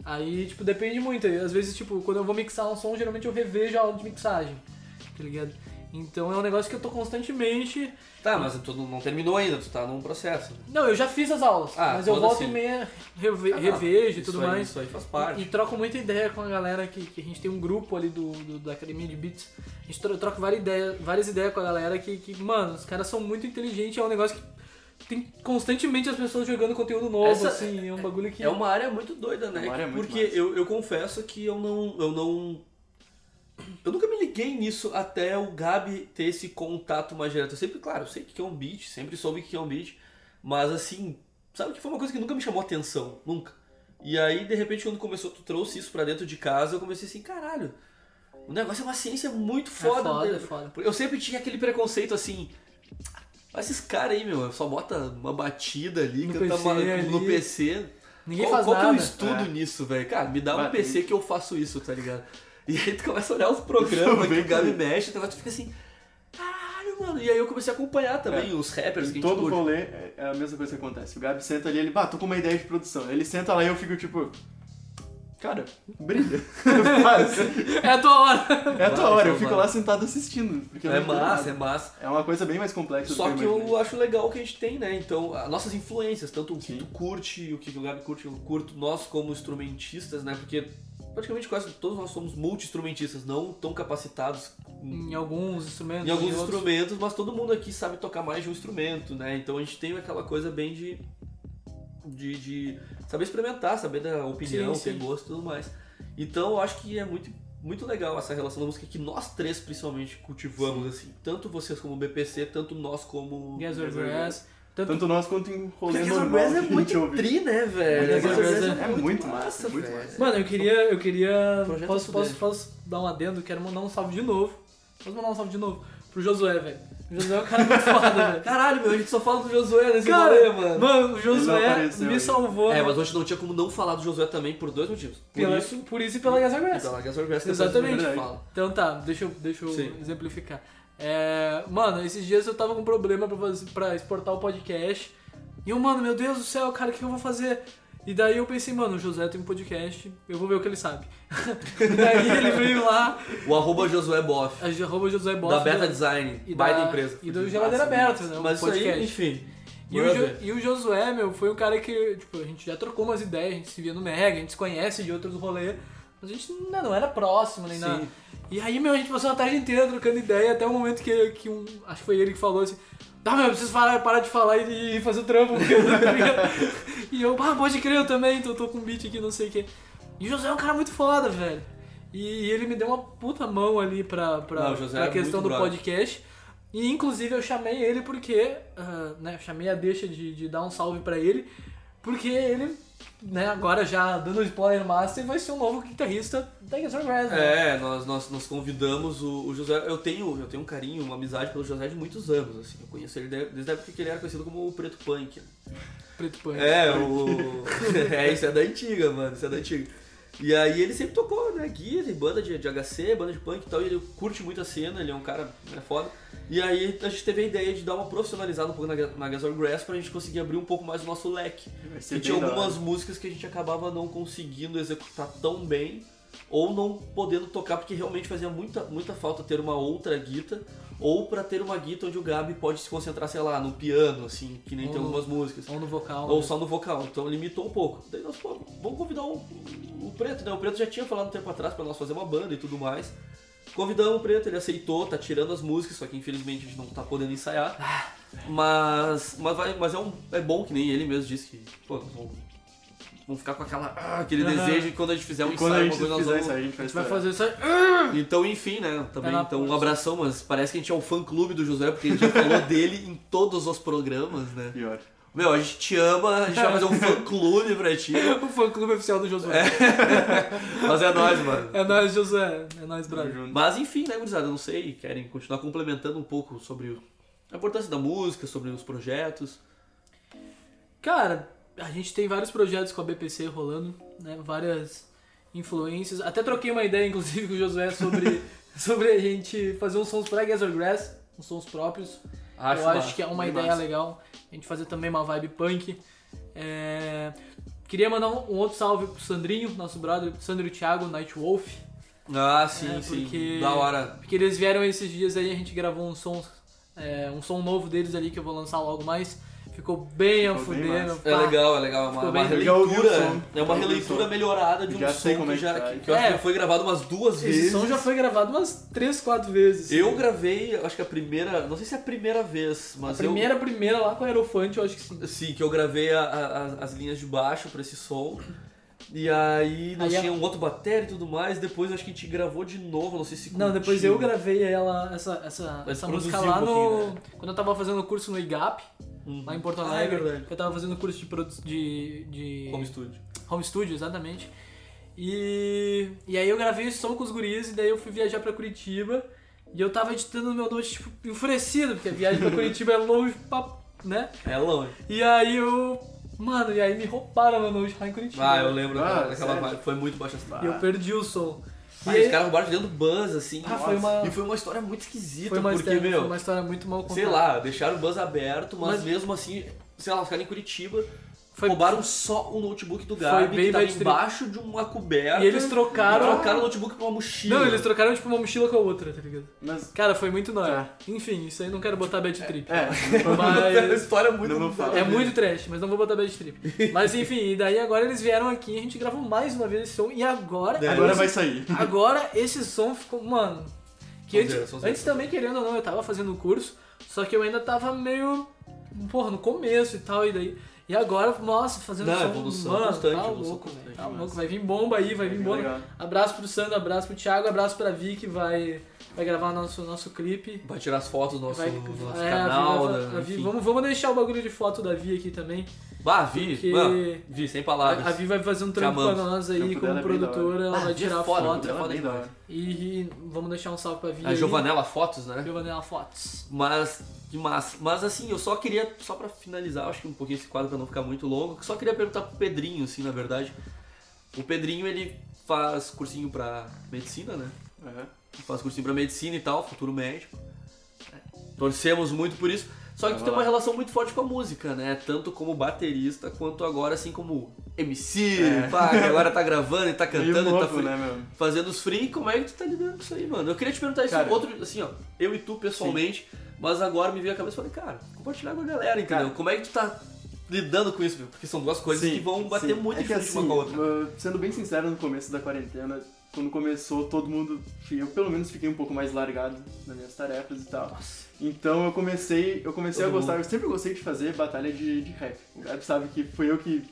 Aí, tipo, depende muito. Às vezes, tipo, quando eu vou mixar um som, geralmente eu revejo a aula de mixagem, tá ligado? Então é um negócio que eu tô constantemente. Tá, mas tu não não terminou ainda, tu tá num processo. Não, eu já fiz as aulas, Ah, mas eu foda-se. volto e meia reve- Ah, revejo e isso tudo aí- mais. Isso aí faz E parte. troco muita ideia com a galera que, que a gente tem um grupo ali do, do- da academia de beats. A gente tro- troca várias ideias, várias ideias com a galera que, que, mano, os caras são muito inteligentes, é um negócio que tem constantemente as pessoas jogando conteúdo novo, Essa- assim, é um bagulho que. É uma área muito doida, né? É uma área muito Porque massa. eu, eu confesso que eu não, eu não. Eu nunca me liguei nisso até o Gabi ter esse contato mais direto. Eu sempre, claro, eu sei o que é um beat, sempre soube o que é um beat, mas assim, sabe que foi uma coisa que nunca me chamou atenção, nunca. E aí, de repente, quando começou, tu trouxe isso pra dentro de casa, eu comecei assim, caralho, o negócio é uma ciência muito foda. foda, né? é foda. Eu sempre tinha aquele preconceito assim, "Ah, esses caras aí, meu, só bota uma batida ali, No canta PC uma- no ali." PC. Ninguém qual, faz qual nada. que eu estudo É. nisso, velho? Cara, me dá um Vai, PC que eu faço isso, tá ligado? E aí tu começa a olhar os programas [laughs] que Eu o vejo Gabi isso. mexe, o negócio tu fica assim, caralho, mano. E aí eu comecei a acompanhar também os rappers que a gente É. Todo curte. rolê é a mesma coisa que acontece. O Gabi senta ali, ele, bah, tô com uma ideia de produção. Ele senta lá e eu fico tipo. Cara, [laughs] brilha. Faz. [laughs] É a tua hora. é a tua Vai, então hora, eu fico vai. lá sentado assistindo. Porque eu É não entendo massa, é nada. massa. É uma coisa bem é mais complexa do Só que imaginei. eu acho legal que a gente tem, né? Então, as nossas influências, tanto o que Sim. tu curte, o que o Gabi curte, eu curto, nós como instrumentistas, né? Porque praticamente quase todos nós somos multi-instrumentistas, não tão capacitados em, Em alguns instrumentos. em alguns outros. instrumentos, mas todo mundo aqui sabe tocar mais de um instrumento, né? Então a gente tem aquela coisa bem de. de, de saber experimentar, saber da opinião, Sim, ter sim. gosto e tudo mais. Então eu acho que é muito. Muito legal essa relação da música que nós três principalmente cultivamos, assim. Tanto vocês como o BPC, tanto nós como. Guess or Grass. Tanto Tanto nós quanto em rolê Porque normal Razor Grass que a gente é muito ouve. tri, né, velho? Razor Razor Grass Grass é muito massa, é muito velho. massa. Mano, eu queria. Eu queria. Projeto é Posso, Fudeu. posso, posso dar um adendo? Quero mandar um salve de novo. Posso mandar um salve de novo? Pro Josué, velho. O Josué é um cara muito foda, [laughs] velho. Caralho, meu, a gente só fala do Josué nesse Cara, rolê, mano. Mano, o Ele não Josué apareceu me aí. salvou É, mas hoje não tinha como não falar do Josué também por dois motivos. Por pela, isso Então. por isso e pela Gas e pela Razor Grass, depois Exatamente. é a gente fala. Então tá, deixa eu, deixa eu Sim. exemplificar. É, mano, esses dias eu tava com um problema pra, fazer- pra exportar o podcast. E eu, mano, meu Deus do céu, cara, o que eu vou fazer? E daí eu pensei, mano, o José tem um podcast, eu vou ver o que ele sabe. [laughs] e daí ele veio lá, O arroba Josué Boff, arroba José É, Boff. né? da Beta Design, e by da, da empresa. E do Geladeira Massa, Aberta, né? massa. o Mas isso aí, podcast. enfim. E o, Jo- e o Josué, meu, foi um cara que, tipo, a gente já trocou umas ideias, a gente se via no Mega, a gente se conhece de outros rolês. Mas a gente não, não era próximo nem Sim. nada. E aí, meu, a gente passou a tarde inteira trocando ideia, até o momento que, que um. Acho que foi ele que falou assim. Tá, meu, eu preciso falar, parar de falar e, e fazer o trampo. [laughs] Porque eu não tô ligado." e eu, ah, pode crer, eu também, tô, tô com um beat aqui, não sei o quê. E o José é um cara muito foda, velho. E, ele me deu uma puta mão ali pra, pra, Não, o José pra é questão do muito brother. podcast. E inclusive eu chamei ele porque. ah, né, eu chamei a deixa de, de dar um salve pra ele. Porque ele, né, agora já dando o spoiler master, vai ser o novo guitarrista da Guitar Brass, né? É, nós, nós, nós convidamos o, o José. Eu tenho, eu tenho um carinho, uma amizade pelo José de muitos anos, assim. Eu conheço ele de- desde a época que ele era conhecido como o Preto Punk. né? Preto Punk. É, o. [laughs] é, isso é da antiga, mano, isso é da antiga. E aí ele sempre tocou, né? Guia, tem banda de, de HC, banda de punk e tal, e ele curte muito a cena, ele é um cara né, foda. E aí a gente teve a ideia de dar uma profissionalizada um pouco na, na Gasol Grass pra gente conseguir abrir um pouco mais o nosso leque. Vai ser E tinha é bem da hora. algumas músicas que a gente acabava não conseguindo executar tão bem ou não podendo tocar porque realmente fazia muita, muita falta ter uma outra guita ou pra ter uma guita onde o Gabi pode se concentrar, sei lá, no piano, assim, que nem Ou tem Uhum. no- algumas músicas. Ou no vocal. Ou né? só no vocal, então limitou um pouco. Daí nós, pô, vamos convidar o, o Preto, né? O Preto já tinha falado um tempo atrás pra nós fazer uma banda e tudo mais. Convidamos o Preto, ele aceitou, tá tirando as músicas, só que infelizmente a gente não tá podendo ensaiar. Mas, mas, vai- mas é, um, é bom que nem ele mesmo disse que, pô, nós vamos, vamos ficar com aquela, ah, aquele Aham. desejo e quando a gente fizer um E quando a ensaio, gente uma coisa, fizer nós isso, vamos... aí, a gente vai, A gente vai estourar. fazer [laughs] É isso aí. Então, enfim, né? Também, Tá É na então, um próxima. abração, mas parece que a gente é um fã-clube do José, porque a gente já falou [laughs] dele em todos os programas, né? Pior. Meu, a gente te ama, a gente vai [laughs] fazer um fã clube pra ti. O fã clube oficial do Josué. [laughs] Mas é nóis, mano. É, nóis, Josué. É nóis, Tamo Brasil. junto. Mas enfim, né, gurizada? Não sei, querem continuar complementando um pouco sobre o- a importância da música, sobre os projetos. Cara, a gente tem vários projetos com a BPC rolando, né? Várias influências. Até troquei uma ideia, inclusive, [laughs] com o Josué sobre, sobre a gente fazer uns sons pra Gather Grass, uns sons próprios. eu acho que é uma ideia legal. A gente fazer também uma vibe punk. É, Queria mandar um, um outro salve pro Sandrinho, nosso brother, Sandro e Thiago, Nightwolf. Ah, sim, É, sim. porque- tá- Da hora. Porque eles vieram esses dias aí, a gente gravou um som, é, um som novo deles ali que eu vou lançar logo mais. Ficou bem a Ficou bem fuder, massa. meu É pá. legal, é legal. É uma, Ficou uma bem- Eu já ouvi o releitura. É uma som. Eu já ouvi o releitura som. melhorada de um Já sei som como que é que já, tá. que, que eu acho É. que já foi gravado umas duas Esse vezes. som já foi gravado umas 3, 4 vezes. Eu gravei, acho que a primeira. Não sei se é a primeira vez, A mas eu. primeira, primeira lá com o Aerofante, eu acho que sim. Sim, Assim, que eu gravei a- a- a- as linhas de baixo pra esse som. E aí nós Aí a- tinha um outro batera e tudo mais. Depois acho que a gente gravou de novo, não sei se. Não, depois curtiu. eu gravei ela, essa, essa, Mas essa produziu música lá um no. pouquinho, Quando eu tava fazendo o curso no IGAP, Hum. lá em Porto Ah, é Alegre. verdade. eu tava fazendo curso de, produ- de, de Como estúdio. Home Studio, exatamente. E, e aí eu gravei esse som com os guris e daí eu fui viajar pra Curitiba e eu tava editando no meu note, tipo, enfurecido, porque a viagem pra Curitiba é longe, pra, né? É longe. E aí eu... Mano, e aí me roubaram meu note lá em Curitiba. né? Ah, eu lembro Ah, daquela- daquela sério? vibe. Foi muito baixa astral. E eu perdi o som. Ah, e os aí- caras roubaram dentro do Buzz, assim. Ah, foi nossa. uma- E foi uma história muito esquisita, foi uma, porque, história, meu, foi uma história muito mal contada. sei lá, deixaram o Buzz aberto, mas, Mas- mesmo assim, sei lá, os caras em Curitiba Foi- roubaram um só o notebook do Foi Gabi, bem que tava bad trip. embaixo de uma coberta. E eles trocaram- Trocaram o notebook pra uma mochila. Não, eles trocaram tipo uma mochila com a outra, tá ligado? Mas, Cara, foi muito nóis. Tá. Enfim, isso aí não quero botar bad trip. é, [laughs] É uma Mas... história muito... Não vou falar. É muito trash, mas não vou botar bad trip. Mas enfim, e daí agora eles vieram aqui, a gente gravou mais uma vez esse som, e agora. agora vai sair. Agora esse som ficou. Mano. Que Sonzeira, antes, sonzeira. antes também, querendo ou não, eu tava fazendo o curso, só que eu ainda tava meio. Porra, no começo e tal, e daí. E agora, nossa, fazendo Não, som. evolução mano, constante, tá evolução louco, constante, velho. Tá mas- louco. Vai vir bomba aí, vai vir bomba. Legal. Abraço pro Sandro, abraço pro Thiago, abraço pra Vi que vai, vai gravar nosso, nosso clipe. Vai tirar as fotos do nosso, Vai- do nosso é, a Vi canal. vai- da, a Vi- enfim. vamos, vamos deixar o bagulho de foto da Vi aqui também. Bah, Vi, Porque- mano, Vi, sem palavras. A, a Vi vai fazer um trampo Chamamos. pra nós O aí trampo como dela é bem da hora. produtora, ela Ah, vai Vi é tirar foda, foto. ela é bem da hora. E, e vamos deixar um salve pra Vi. A aí. Giovanella Fotos, né? Giovanella Fotos. Mas, que massa. Mas assim, eu só queria, só pra finalizar, acho que um pouquinho esse quadro pra não ficar muito longo, só queria perguntar pro Pedrinho, assim, na verdade. O Pedrinho, ele faz cursinho pra medicina, né? Aham. Faz cursinho pra medicina e tal, futuro médico. Torcemos muito por isso. Só que tu Vai tem lá. uma relação muito forte com a música, né? Tanto como baterista, quanto agora, assim, como MC, É. pá, que agora tá gravando e tá [laughs] Meio cantando e tá louco, fazendo né, meu? fazendo os free, como é que tu tá lidando com isso aí, mano? Eu queria te perguntar isso Cara, outro, assim, ó, eu e tu pessoalmente, mas agora me veio a cabeça e falei, cara, compartilhar com a galera, entendeu? Cara. como é que tu tá lidando com isso, meu, porque são duas coisas Sim, que vão bater sim. muito é que, difícil uma assim, com a outra. uh, Sendo bem sincero, no começo da quarentena, quando começou, todo mundo. Eu pelo menos fiquei um pouco mais largado nas minhas tarefas e tal. Então eu comecei, eu comecei Todo a gostar, mundo. eu sempre gostei de fazer batalha de, de rap. O Gabi sabe que foi eu que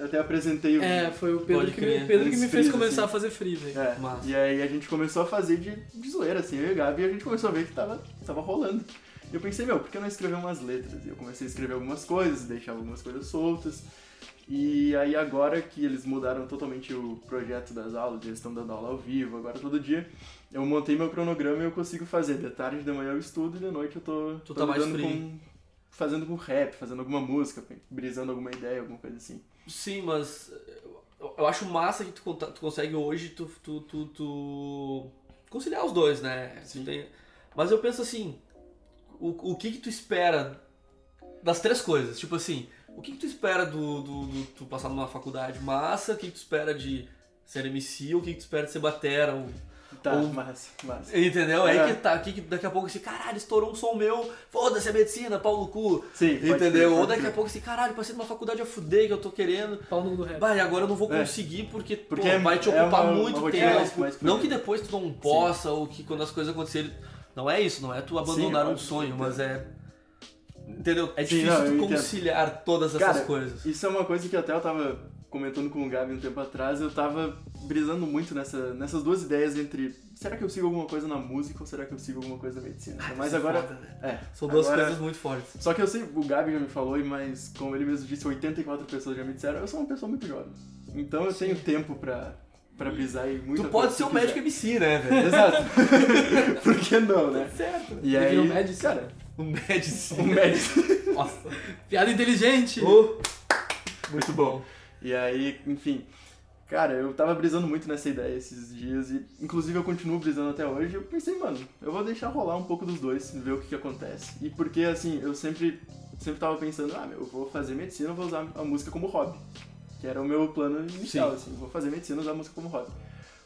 até apresentei o. É, foi o Pedro, Pode que crer. me, Pedro que me Uns fez frios, começar assim. a fazer free, velho. É, Massa. E aí a gente começou a fazer de, de zoeira, assim, eu e o Gabi, e a gente começou a ver que tava, tava rolando. E eu pensei, meu, por que eu não escrever umas letras? E eu comecei a escrever algumas coisas, deixava algumas coisas soltas. E aí agora que eles mudaram totalmente o projeto das aulas, eles estão dando aula ao vivo, agora todo dia, eu montei meu cronograma e eu consigo fazer. De tarde, de manhã eu estudo e de noite eu tô, Tu tô tá mais lidando free. com... Fazendo com rap, fazendo alguma música, brisando alguma ideia, alguma coisa assim. Sim, mas eu, eu acho massa que tu, conta- tu consegue hoje tu, tu, tu, tu conciliar os dois, né? Sim. Tu tem- mas eu penso assim, o, o que que tu espera das três coisas? Tipo assim, o que que tu espera do, do, do- tu passar numa faculdade massa? O que que tu espera de ser MC? O que que tu espera de ser batera? Ou- Tá, Ou- massa, massa. Entendeu? É. Aí É. que tá, aqui que daqui a pouco assim, caralho, estourou um som meu, foda-se a medicina, pau no cu. Sim, pode crer, Entendeu? Ou pode daqui a crer. pouco assim, caralho, passei numa faculdade a fuder que eu tô querendo. Pau no cu do rap. Bah, e agora eu não vou É. conseguir porque, Porque pô, é- vai te é ocupar uma- muito uma rotina mais- tempo. mais não corrida. que depois tu não possa ou que quando as coisas acontecerem. Não é isso, não é tu abandonar Sim, um eu- sonho, mas é. Entendeu? É Sim, difícil não, eu tu entendo. conciliar todas essas Cara, coisas. Isso é uma coisa que até eu tava comentando com o Gabi um tempo atrás, eu tava brisando muito nessa, nessas duas ideias entre será que eu sigo alguma coisa na música ou será que eu sigo alguma coisa na medicina? Mas agora. Foda, né? É, São duas agora- coisas muito fortes. Só que eu sei, o Gabi já me falou, mas como ele mesmo disse, 84 pessoas já me disseram, eu sou uma pessoa muito jovem. Então eu tenho tempo pra, pra brisar e muito. Tu pode ser um médico MC, né, [laughs] velho? Exato. Por que não, né? certo. E Ele aí, virou médico? cara, Um [laughs] um médico. médico. Nossa. Piada inteligente. Oh, Muito bom. E aí, enfim. Cara, eu tava brisando muito nessa ideia esses dias e, inclusive, eu continuo brisando até hoje. Eu pensei, mano, eu vou deixar rolar um pouco dos dois, ver o que, que acontece. E porque, assim, eu sempre, sempre tava pensando, ah, meu, eu vou fazer medicina, eu vou usar a música como hobby. Que era o meu plano inicial, Sim. assim, vou fazer medicina, usar a música como hobby.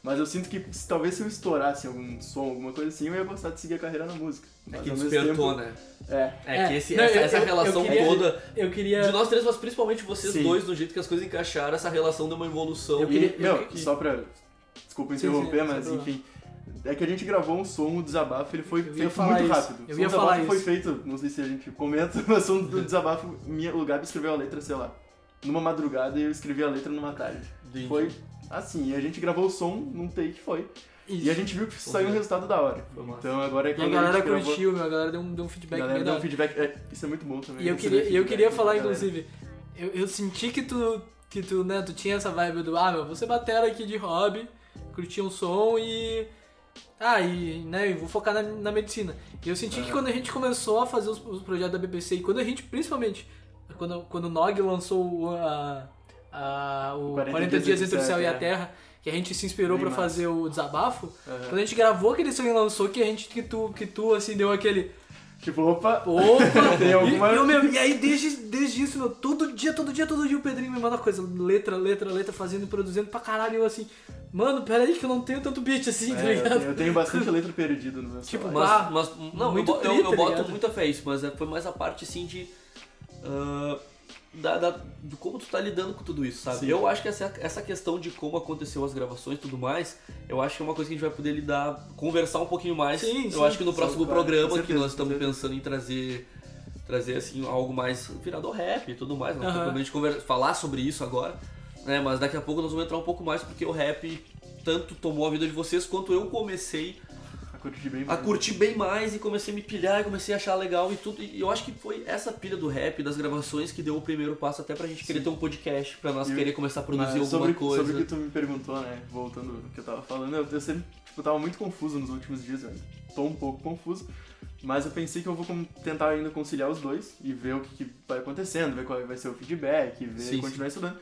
Mas eu sinto que se- talvez se eu estourasse algum som, alguma coisa assim, eu ia gostar de seguir a carreira na música. é Mas, que ao mesmo despertou, né? tempo- É, É, É. que esse- Não, essa, eu- essa eu- eu relação queria- toda. Eu queria. De nós três, mas principalmente vocês Sim. dois, do jeito que as coisas encaixaram, essa relação deu uma evolução. Eu E, queria- meu, que- só pra. Desculpa Sim, interromper, sim, mas sem problema. enfim. É que a gente gravou um som, o desabafo, ele foi Eu ia feito falar muito isso. rápido. Eu O ia desabafo falar foi isso. Uhum. feito, não sei se a gente comenta, [laughs] mas o som do desabafo, minha, o Gabi escreveu a letra, sei lá, numa madrugada e eu escrevi a letra numa tarde. Entendi. Foi assim, e a gente gravou o som num take, foi. E a gente viu que saiu um Foi. resultado da hora. Foi massa. Então agora é E a quando galera gente gravou, curtiu, meu, a galera deu um, deu um a feedback galera bem deu da um feedback, é, isso é muito bom também. E eu receber queria, e eu feedback queria falar, da galera. inclusive, eu, eu senti que tu, que tu, né, tu tinha essa vibe do, ah, meu, você batera aqui de hobby, curtia um som e. Ah, e, né, eu vou focar na, na medicina. E eu senti que quando a gente começou a fazer os, os projetos da BBC, e quando a gente, principalmente, quando, quando o Nog lançou o, a, a- o 40, Dias Entre o Céu e a é. Terra, que a gente se inspirou Bem pra massa. É. fazer o desabafo, Aham. quando a gente gravou aquele som e lançou, que a gente, que tu, que tu, assim, deu aquele... Tipo, opa, [laughs] Opa! Tem E- alguma- e, eu, meu, e aí, desde, desde isso, meu, todo dia, todo dia, todo dia o Pedrinho me manda coisa, letra, letra, letra, fazendo, produzindo pra caralho. E eu assim, mano, pera aí que eu não tenho tanto beat assim, tá É, eu, tenho, ligado? eu tenho bastante letra perdida no meu Tipo, celular. Mas, Ah, mas- não, muito eu, bo- eu- tri, eu tá boto ligado? muita fé isso, mas é, foi mais a parte assim de. ah, da, da- de como tu tá lidando com tudo isso, sabe? Sim. Eu acho que essa, essa questão de como aconteceu as gravações e tudo mais, eu acho que é uma coisa que a gente vai poder lidar, conversar um pouquinho mais. Sim, eu sim. acho que no Sim, próximo claro, com programa que certeza, nós estamos com pensando em trazer trazer assim algo mais virado ao rap e tudo mais, não Aham. tem como a gente conver- falar sobre isso agora, né? Mas daqui a pouco nós vamos entrar um pouco mais porque o rap tanto tomou a vida de vocês quanto eu comecei A curtir bem a curtir bem mais e comecei a me pilhar e comecei a achar legal e tudo. E eu acho que foi essa pilha do rap, das gravações, que deu o primeiro passo até pra gente querer ter um podcast, pra nós E- querer começar a produzir Mas alguma sobre, coisa. Sobre o que tu me perguntou, né? Voltando ao que eu tava falando, eu, eu sempre tipo, tava muito confuso nos últimos dias, eu tô um pouco confuso. Mas eu pensei que eu vou com- tentar ainda conciliar os dois e ver o que, que vai acontecendo, ver qual vai ser o feedback, ver Sim, continuar estudando.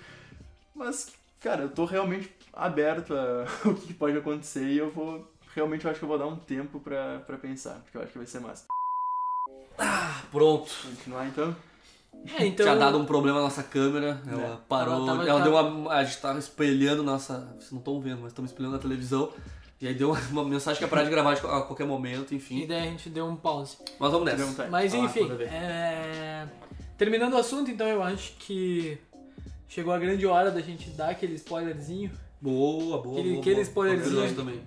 Mas, cara, eu tô realmente aberto a- [laughs] ao que pode acontecer e eu vou. Realmente eu acho que eu vou dar um tempo pra, pra pensar, porque eu acho que vai ser massa. Ah, Pronto. Continuar então? É, então. Tinha dado um problema na nossa câmera, ela Né? parou, Ela ela, tava- deu uma. A gente tava espelhando nossa. Vocês não estão vendo, mas estamos espelhando na televisão. E aí deu uma, uma mensagem que ia parar de gravar de- a qualquer momento, E enfim. daí a gente deu um pause. Mas vamos nessa. Deu um time. Mas Vai lá, enfim, manda ver. é... Terminando o assunto, então, eu acho que chegou a grande hora da gente dar aquele spoilerzinho. Boa, boa, Aquele- boa. aquele boa. spoilerzinho. Tô curioso também.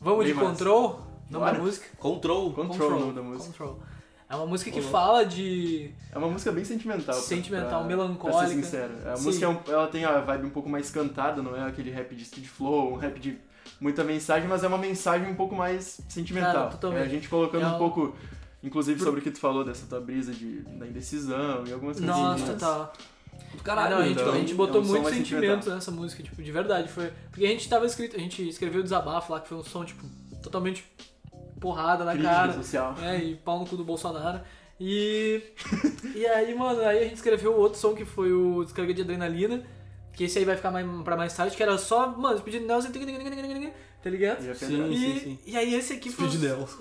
Vamos Bem de massa. Control, nome da Bora. música. Control. Control, o nome da música. Control. É uma música que Olá. fala de É uma música bem sentimental. pra- Sentimental, pra- melancólica. Pra ser sincero. A Sim. música é um- ela tem a vibe um pouco mais cantada, não é aquele rap de speed flow, um rap de muita mensagem, mas é uma mensagem um pouco mais sentimental. Cara, totalmente. É a gente colocando É um- um pouco, inclusive, sobre o que tu falou dessa tua brisa de, da indecisão e algumas coisas. Nossa, mais. tá. Ah, Caralho, não, a gente, então. a gente botou é um som muito mais sentimento sentimental. nessa música, tipo, de verdade. Foi, porque a gente tava escrito, a gente escreveu o desabafo lá, que foi um som, tipo, totalmente porrada na Crítica assim. cara. social. É, e pau no cu do Bolsonaro. E. e aí, mano, aí a gente escreveu outro som que foi o Descarga de Adrenalina. Que esse aí vai ficar mais, pra mais tarde, que era só, mano, Speed Nelson, tic, tic, tic, tic, tic, tic, tá ligado? E a Sim. Pendrive. E, sim. e aí esse aqui foi. um Speed Nelson.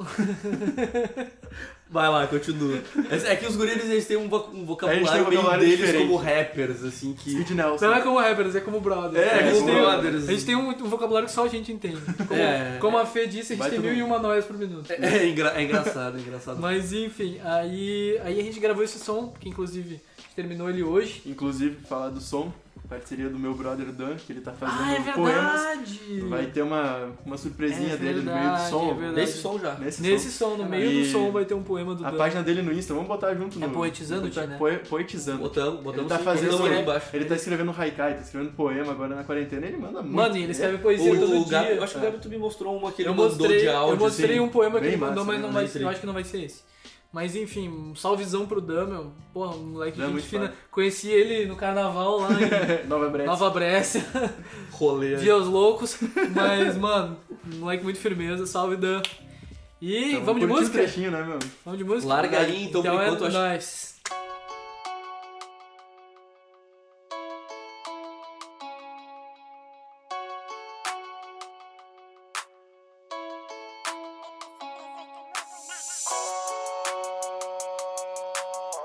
Vai lá, continua. É é que os guris eles têm um, vo- um vocabulário É, eles têm um meio vocabulário deles diferente. como rappers, assim, que... Speed Nelson. Não é como rappers, é como brothers. É, a gente como tem, brothers. A gente tem um, um vocabulário que só a gente entende. Como, É. como a Fê disse, a gente Vai tem todo mil e mundo. uma noias por minuto. É, engra- é engraçado, é engraçado. Mas enfim, aí, aí a gente gravou esse som, que inclusive a gente terminou ele hoje. Inclusive, falar do som, parceria do meu brother Dan, que ele tá fazendo ah, é poemas. verdade! Vai ter uma, uma surpresinha É dele no meio verdade, do som. é verdade. Nesse som já. Nesse, som. Nesse som, no meio do E- som, vai ter um poema do A Dan. página dele no Insta, vamos botar junto É no. Poetizando, vamos botar né? é. poe- poetizando. Botamos, botamos Ele tá sim, fazendo. botamos ali embaixo. Ele tá escrevendo haikai, tá escrevendo poema agora na quarentena, ele manda tá muito. Mano, e ele escreve poesia O- todo o Gabi- dia. eu acho que o Gabi, tu me mostrou uma que ele eu mandou mostrei, de áudio. eu mostrei assim. um poema que Bem ele mandou, massa, mas né? não vai, Lembrei. eu acho que não vai ser esse. Mas enfim, um salvezão pro Dan, meu. Porra, um moleque Dan é de gente muito fina. foda. Conheci ele no carnaval lá [laughs] em [laughs] Nova Brest. Nova Brécia, rolê. Dia aos Loucos. Mas, mano, um moleque muito firmeza. Salve, Dan. E Então, vamos de curtir música? o trechinho, né, meu? Vamos de música? Larga aí, então, por enquanto, eu é acho- nóis.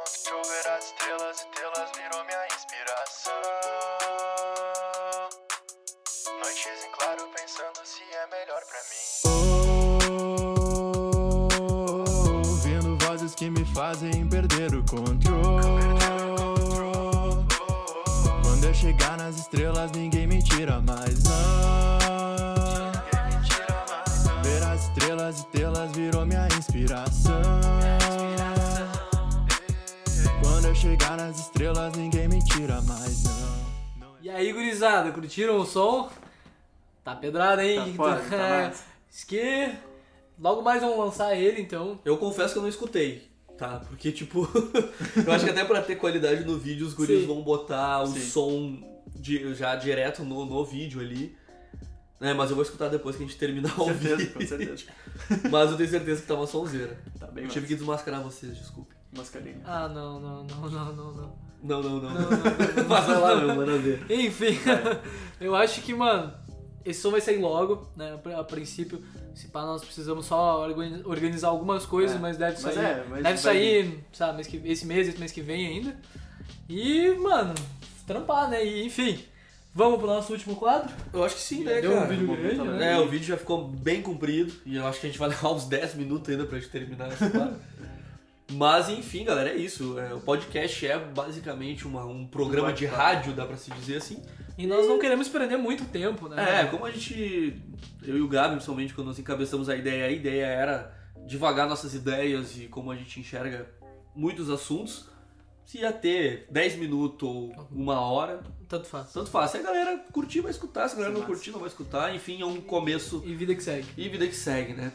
Chover as estrelas, estrelas virou minha inspiração. Noites em claro, pensando se é melhor pra mim. Ouvindo Oh, vozes que me fazem perder o controle. Quando eu chegar nas estrelas, ninguém me tira mais, não. Ver as estrelas, estrelas virou minha inspiração. Quando eu chegar nas estrelas, ninguém me tira mais, não. E aí, gurizada, curtiram o som? Tá pedrada, hein? Tá Que tu- [laughs] foda, tá massa. Diz que logo mais vamos lançar ele, então. Eu confesso que eu não escutei, tá? Porque, tipo, [laughs] eu acho que até pra ter qualidade no vídeo, os guris Sim. vão botar o Sim. som de- já direto no, no vídeo ali. Né, mas eu vou escutar depois que a gente terminar o Com certeza, vídeo. com certeza. [laughs] Mas eu tenho certeza que tá uma sonzeira. Tá bem, Eu mano. tive que desmascarar vocês, desculpa. Mascarinha. Ah, não, não, não, não, não, não. Não, não, não. Não, não, [laughs] não. Mas vai lá, meu, manda ver. Enfim, [laughs] eu acho que, mano, esse som vai sair logo, né? A- A princípio, se pá, nós precisamos só organi- organizar algumas coisas, É, mas Ah, deve mas sair. é, mas vai deve sair, sabe, mês que, esse mês, esse mês que vem ainda. E, mano, trampar, né? E, enfim, vamos pro nosso último quadro? Eu acho que sim, né, Deu um cara? vídeo momento, grande, né? né? É, o vídeo já ficou bem comprido e eu acho que a gente vai [laughs] levar uns 10 minutos ainda pra gente terminar essa parte. Mas enfim, galera, é isso. É, o podcast é basicamente uma- um programa de rádio, dá pra se dizer assim. E nós não queremos perder muito tempo, né? É, como a gente, eu e o Gabi, principalmente quando nós encabeçamos a ideia, a ideia era divagar nossas ideias e como a gente enxerga muitos assuntos. Se ia ter 10 minutos ou uma hora, Tanto faz. tanto faz. Se a galera curtir, vai escutar. Se a galera Isso é não massa. curtir, não vai escutar. Enfim, é um começo E vida que segue. e vida que segue, né?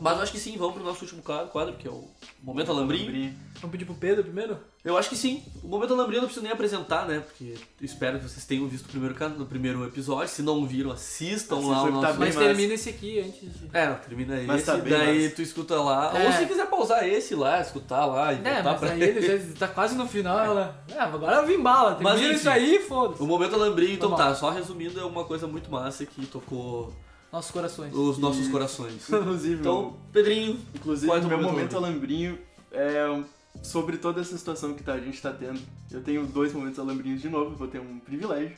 Mas eu acho que sim, vamos pro nosso último quadro, quadro, que é o Momento Alambrinho. Vamos pedir pro Pedro primeiro? Eu acho que sim. O Momento Alambrinho eu não preciso nem apresentar, né? Porque eu espero que vocês tenham visto o primeiro, can- o primeiro episódio. Se não viram, assistam lá o Assistam que tá nosso... bem Mas massa. termina esse aqui antes de. É, não, termina aí. Mas tá bem daí massa. tu escuta lá. É. Ou se quiser pausar esse lá, escutar lá e voltar É, mas pra aí ele já tá quase no final, ela. É, agora eu vim bala. Mas Termina enfim. isso aí, [laughs] foda-se. O Momento Alambrinho, então Tá bom. tá, só resumindo, é uma coisa muito massa que tocou Nossos corações. os nossos [laughs] E- corações. Inclusive, Então, Pedrinho, Inclusive, Qual é o o teu meu momento momento alambrinho é um- sobre toda essa situação que tá- a gente tá tendo. Eu tenho dois momentos alambrinhos de novo, vou ter um privilégio.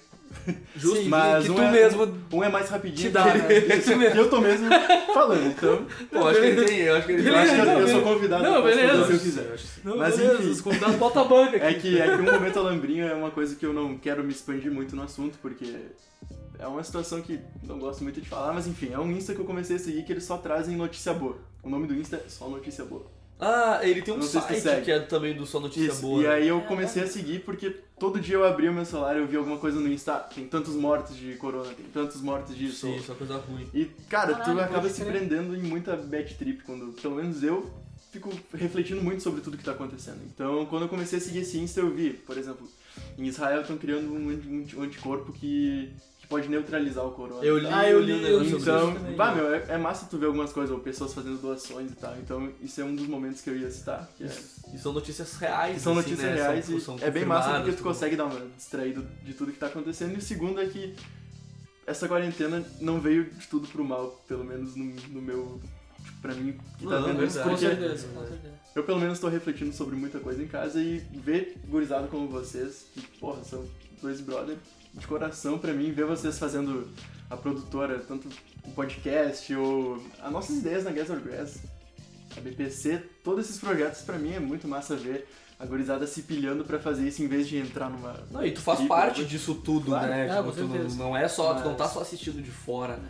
Justo, Sim, mas que um tu é- mesmo Um é mais rapidinho Te dá, que, né? esse [laughs] Isso mesmo. que eu tô mesmo falando, então. Pô, acho que ele tem, eu acho que ele Eu Beleza, acho que eu, não, eu sou beleza. convidado Não, pra fazer beleza. o que eu quiser. Não, Mas, beleza, enfim. os convidados bota a banca É aqui. que, é que um momento alambrinho é uma coisa que eu não quero me expandir muito no assunto, porque é uma situação que não gosto muito de falar, mas enfim, é um Insta que eu comecei a seguir que eles só trazem notícia boa. O nome do Insta é só notícia boa. Ah, ele tem um Não sei se tu site segue. que é também do Só Notícia Isso, Boa. E né? aí eu comecei a seguir porque todo dia eu abria o meu celular e eu via alguma coisa no Insta. Ah, Tem tantos mortos de corona, tem tantos mortos disso. Sim, só coisa ruim. E, cara, Caralho, tu acaba pode se crer. prendendo em muita bad trip quando, pelo menos eu, fico refletindo muito sobre tudo que tá acontecendo. Então, quando eu comecei a seguir esse Insta, eu vi, por exemplo, em Israel estão criando um anti- um anticorpo que, que pode neutralizar o corona. Eu li, Ah, eu li, um eu li negócio sobre Então, sobre isso também. bah, meu, é, é massa tu ver algumas coisas, ou pessoas fazendo doações e tal. Então, isso é um dos momentos que eu ia citar. Que é- isso. E são notícias reais. que são assim, notícias né? São- reais e são é bem massa porque confirmadas, tu tudo. consegue dar uma distraída de tudo que tá acontecendo. E o segundo é que essa quarentena não veio de tudo pro mal, pelo menos no, no meu. tipo, Pra mim, que tá Não, vendo isso, verdade. Com porque certeza, com certeza. eu pelo menos tô refletindo sobre muita coisa em casa e ver gurizada como vocês, que porra, são dois brothers de coração pra mim, ver vocês fazendo a produtora, tanto o podcast ou as nossas ideias na Gas or Grass, a BPC, todos esses projetos pra mim é muito massa ver a gurizada se pilhando pra fazer isso em vez de entrar numa. Não, e tu faz Sim, parte mas- disso tudo, tipo, Claro. né? Ah, Tipo, com tu certeza. não, não é só, tu não tá Mas- só assistindo de fora, né?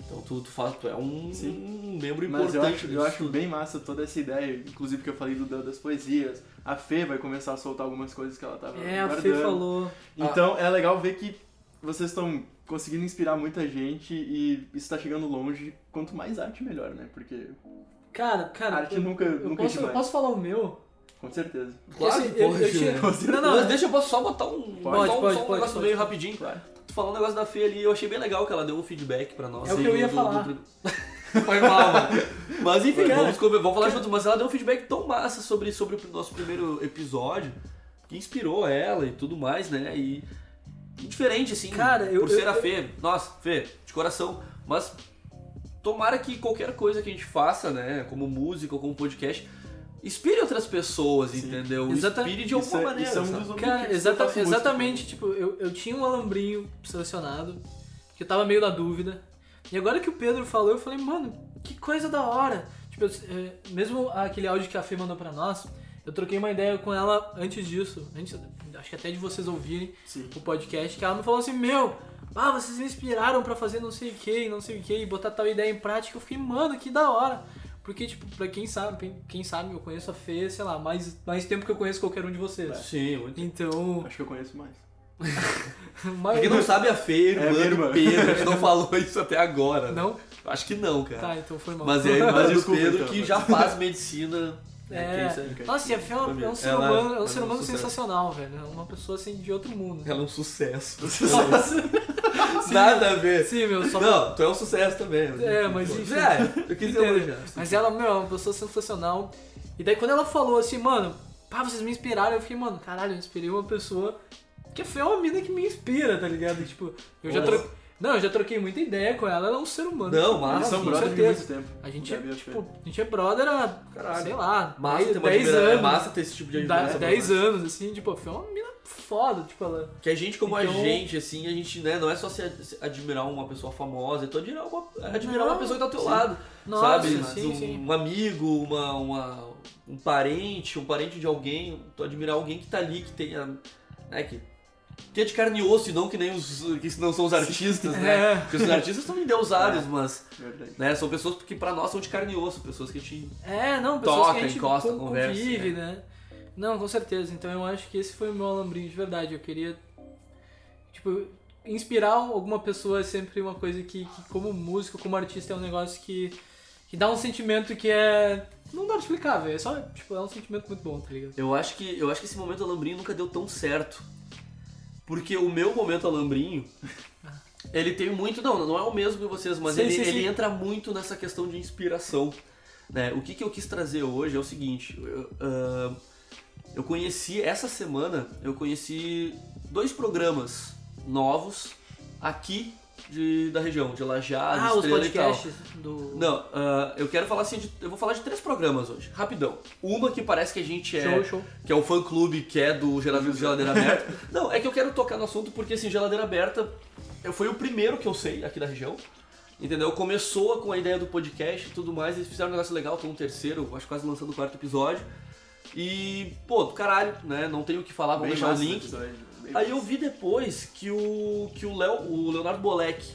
Então tu, tu faz, tu é um, Sim. um membro Mas importante eu acho, eu disso acho tudo. bem massa toda essa ideia, inclusive que eu falei do Deus das Poesias. A Fê vai começar a soltar algumas coisas que ela tava É, a Fê guardando. falou. Então é legal ver que vocês estão conseguindo inspirar muita gente e isso tá chegando longe. Quanto mais arte, melhor, né? Porque Cara, cara, arte eu, nunca, eu nunca é posso, eu demais. posso falar o meu? Com certeza. Claro, Porque, assim, eu- pode. né? eu [laughs] tinha- Não, não, Mas deixa eu posso só botar um, Pode, botar um- pode, só um pode, negócio pode, meio pode. rapidinho. Claro. Tu falou um negócio da Fê ali, eu achei bem legal que ela deu um feedback pra nós. É o que eu ia falar. [laughs] Foi mal, mano. Mas enfim, Cara, vamos, conver- vamos falar junto. Mas ela deu um feedback tão massa sobre, sobre o nosso primeiro episódio, que inspirou ela e tudo mais, né? E, e diferente, assim, Cara, eu- por ser eu- a Fê. Nossa, Fê, de coração. Mas tomara que qualquer coisa que a gente faça, né? Como música ou como podcast, inspire outras pessoas, Sim. entendeu? Exata- Inspire de alguma isso, é- maneira, isso é um sabe? dos Cara, objetivos exata- que eu faço música. exatamente, tipo, eu, eu tinha um alambrinho selecionado, que eu tava meio na dúvida. E agora que o Pedro falou, eu falei, mano, que coisa da hora. Tipo, eu- eh, mesmo aquele áudio que a Fê mandou pra nós, eu troquei uma ideia com ela antes disso, antes, acho que até de vocês ouvirem Sim. o podcast, que ela me falou assim, meu, ah, vocês me inspiraram pra fazer não sei o que, não sei o que, e botar tal ideia em prática. Eu fiquei, mano, que da hora. Porque, tipo, pra quem sabe, quem sabe, eu conheço a Fê, sei lá, mais, mais tempo que eu conheço qualquer um de vocês. Sim, muito Então, Acho que eu conheço mais. [laughs] mas Porque É. não sabe a Fê, É, minha irmã do irmã. Pedro, a [laughs] gente não falou isso até agora. né? não, Acho que não, cara. tá, então foi mal. Mas é a irmã Mas do desculpa, Pedro então, que mas- já faz medicina. né, É. quem sabe, cara. Nossa, e a Fê é um- é um ser Ela- humano, é ela um é ser um humano sucesso. sensacional, velho. É uma pessoa assim de outro mundo. Ela é um sucesso. [laughs] Nossa, Nada a ver. sim, meu, só Não, tu é um sucesso também. É, mas enfim. É, eu quis Entendo. elogiar. Mas ela, meu, é uma pessoa sensacional. E daí quando ela falou assim, mano, pá, vocês me inspiraram, eu fiquei, mano, caralho, eu inspirei uma pessoa que foi uma mina que me inspira, tá ligado? Tipo, eu já Nossa. troquei. Não, eu já troquei muita ideia com ela, ela é um ser humano. Não, mas- Eles Ah, são com brothers de muito certeza. tempo. A gente, Gabi e a Fê. tipo, a gente é brother há, Caralho. É sei lá, Massa ter uma 10 admira- anos. É massa ter esse tipo de Da- admiração. 10 né? anos, assim, tipo, foi uma mina foda, tipo, ela. Que a gente, como a Então- gente, assim, a gente, né, não é só se ad- se admirar uma pessoa famosa, então admirar uma, admirar Não, uma pessoa que tá ao teu sim. lado. Nossa, sabe? sim, Mas sim, um, um amigo, uma, uma- um parente, um parente de alguém, tu admirar alguém que tá ali, que tenha. Né, que tenha de carne e osso e não que nem os. que não são os artistas, né? É. Porque os artistas são [laughs] endeusados, mas. Verdade. Né, são pessoas que pra nós são de carne e osso, pessoas que te. É, não, pessoas Toca, que a gente encosta, con- conversa, é. convive, né? Não, com certeza. Então eu acho que esse foi o meu alambrinho de verdade. Eu queria, tipo, inspirar alguma pessoa é sempre uma coisa que, que como músico, como artista, é um negócio que, que dá um sentimento que é... Não dá pra explicar, velho. É só, tipo, é um sentimento muito bom, tá ligado? Eu acho que, eu acho que esse momento alambrinho nunca deu tão certo. Porque o meu momento [laughs] alambrinho, ele tem muito. Não, não é o mesmo que vocês, mas Sim, ele, sim, sim. ele entra muito nessa questão de inspiração. né? O que, que eu quis trazer hoje é o seguinte. Eu, ah, eu conheci, essa semana, eu conheci dois programas novos aqui de- da região, de Lajeado, Ah, os Estrela e tal. podcasts do. Não, ah, eu quero falar assim, de- eu vou falar de três programas hoje, rapidão. Uma que parece que a gente é, Show, show. que é o fã clube que é do Gela- Geladeira Aberta. Não, é que eu quero tocar no assunto porque assim, Geladeira Aberta eu, foi o primeiro que eu sei aqui da região. Entendeu? Começou com a ideia do podcast e tudo mais, eles fizeram um negócio legal, estão no terceiro, acho que quase lançando o quarto episódio. E, pô, do caralho, né? Não tenho o que falar, Ah, vou Bem deixar o massa né? esse link. episódio, bem Aí eu vi depois que o que o, Léo, o Leonardo Bolek,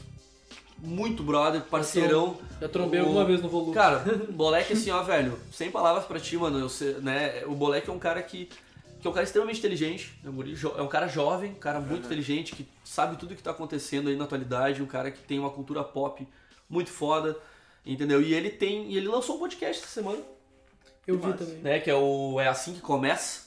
muito brother, parceirão. Eu trombei o- alguma vez no volume. Cara, Bolek assim, ó, velho, sem palavras pra ti, mano. Eu sei, né, o Bolek é um cara que, que é um cara extremamente inteligente, é um, guri jo- é um cara jovem, um cara muito inteligente, que sabe tudo que tá acontecendo aí na atualidade, um cara que tem uma cultura pop muito foda, entendeu? E ele tem. E ele lançou um podcast essa semana, eu vi Mas, também. né? Que é o É Assim que Começa.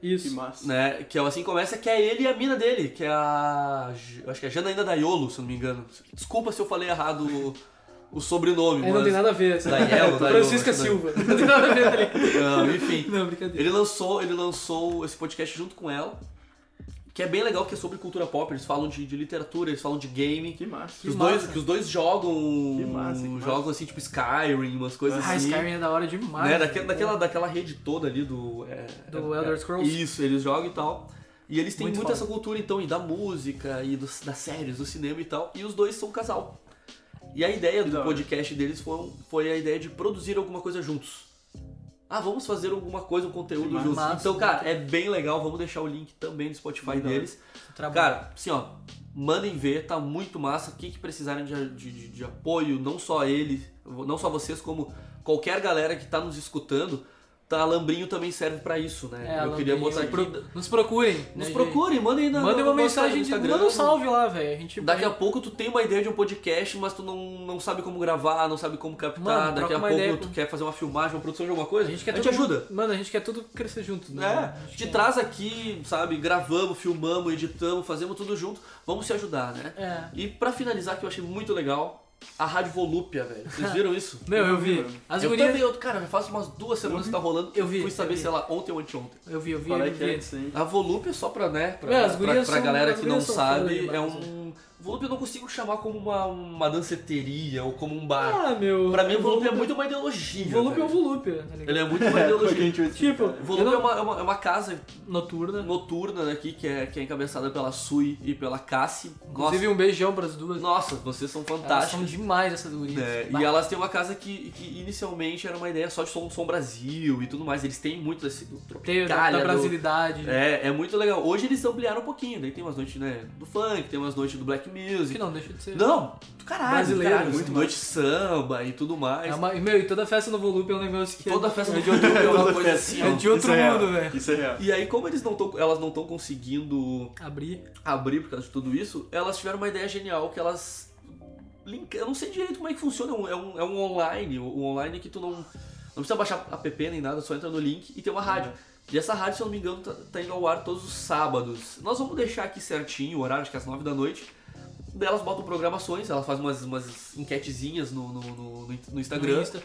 Que Isso. massa. Né, que é o Assim Começa, que é ele e a mina dele, que é a. J- Acho que é a Janaína Daiolo, se eu não me engano. Desculpa se eu falei errado o, o sobrenome, Aí É, não mas- tem nada a ver. [laughs] essa- Daniel, Francisca Daniel, Silva. Não tem nada a ver tá ali. [laughs] Não, enfim. Não, brincadeira. Ele lançou, ele lançou esse podcast junto com ela, que é bem legal, que é sobre cultura pop. Eles falam de, de literatura, eles falam de game. Que Que, massa. os, massa. dois, que os dois jogam. Que massa, que massa. Jogam assim, tipo Skyrim, umas coisas Ah, assim. Skyrim é da hora demais. Né? Daquela, daquela, daquela rede toda ali do. é, Do é, Elder é, Scrolls. Isso, eles jogam e tal. E eles têm Muito muito, foda. essa cultura, então, e da música, e dos- das séries, do cinema e tal. E os dois são um casal. E a ideia da do hora. podcast deles foi, foi a ideia de produzir alguma coisa juntos. Ah, vamos fazer alguma coisa, um conteúdo Que juntos. massa. então, cara, é bem legal. Vamos deixar o link também no Spotify Legal. deles. Trabalho. Cara, assim, ó, mandem ver, tá muito massa. O que, que precisarem de, de- de- de apoio, não só ele, não só vocês, como qualquer galera que tá nos escutando, tá? Alambrinho também serve pra isso, né? É, Eu Alan, queria tem- botar aqui. Nos procurem. né, Nos gente? procurem, mandem na, Manda uma no nosso mensagem, de, Instagram. manda um salve né? lá, velho. A gente Daqui a pouco tu tem uma ideia de um podcast, mas tu não, não sabe como gravar, não sabe como captar. Mano, Daqui troca a uma pouco ideia tu com- quer fazer uma filmagem, uma produção de alguma coisa. A gente quer te todo mundo- ajuda. Mano, a gente quer tudo crescer junto, né? É, Acho te que traz aqui, sabe? Gravamos, filmamos, editamos, fazemos tudo junto. Vamos se ajudar, né? É. E pra finalizar, que eu achei muito legal, a Rádio Volúpia, velho. [laughs] Vocês viram isso? Meu, eu vi. As eu gurias. também, eu, cara, faz umas duas semanas que tá rolando. Eu vi, Fui saber, eu vi. sei lá, ontem ou anteontem. Eu vi, eu vi, Qual é eu que é vi. isso aí? A Volúpia, só pra, né, pra, É, as pra, gurias pra são- galera as que gurias não são sabe, foda é demais, né? um... Volúpia eu não consigo chamar como uma, uma danceteria ou como um bar. Ah, meu. pra mim, o Volúpia é Volúpia- muito uma ideologia, Volúpia é o velho. Volúpia, tá ligado? Ele é muito uma [laughs] Como [laughs] é que a ideologia. gente vai explicar? Tipo, Volúpia eu é não- uma, é uma, é uma casa noturna. noturna aqui, que é, que é encabeçada pela Sui e pela Cassi. Nossa, Inclusive, um beijão pras duas. nossa, vocês são Elas são fantásticos. demais essas gurias. É, Bah. e elas têm uma casa que, que inicialmente era uma ideia só de som, som Brasil e tudo mais. Eles têm muito desse do Tem da, tropicalha, da do- brasilidade. É, é muito legal. Hoje eles ampliaram um pouquinho. Daí tem umas noites, né, do funk, tem umas noites do black Que music. não, deixa de ser. Não, do caralho, Brasileiro, caralho, muito noite samba e tudo mais. É uma- e, meu, e toda festa no Volúpia é um negócio que. é- Toda festa do dia [laughs] é uma Toda coisa festa. assim, É ó. de outro Isso é mundo, real. velho. Isso é real. E aí, como eles não tão, elas não estão conseguindo Abrir. abrir por causa de tudo isso, elas tiveram uma ideia genial que elas. linka- Eu não sei direito como é que funciona, é um, é um- é um online. O um online que tu não. Não precisa baixar app nem nada, só entra no link e tem uma Uhum. rádio. E essa rádio, se eu não me engano, tá, tá indo ao ar todos os sábados. Nós vamos deixar aqui certinho o horário, acho que é às 9 da noite. Daí elas botam programações, elas fazem umas, umas enquetezinhas no, no, no- no- no Instagram. No Insta.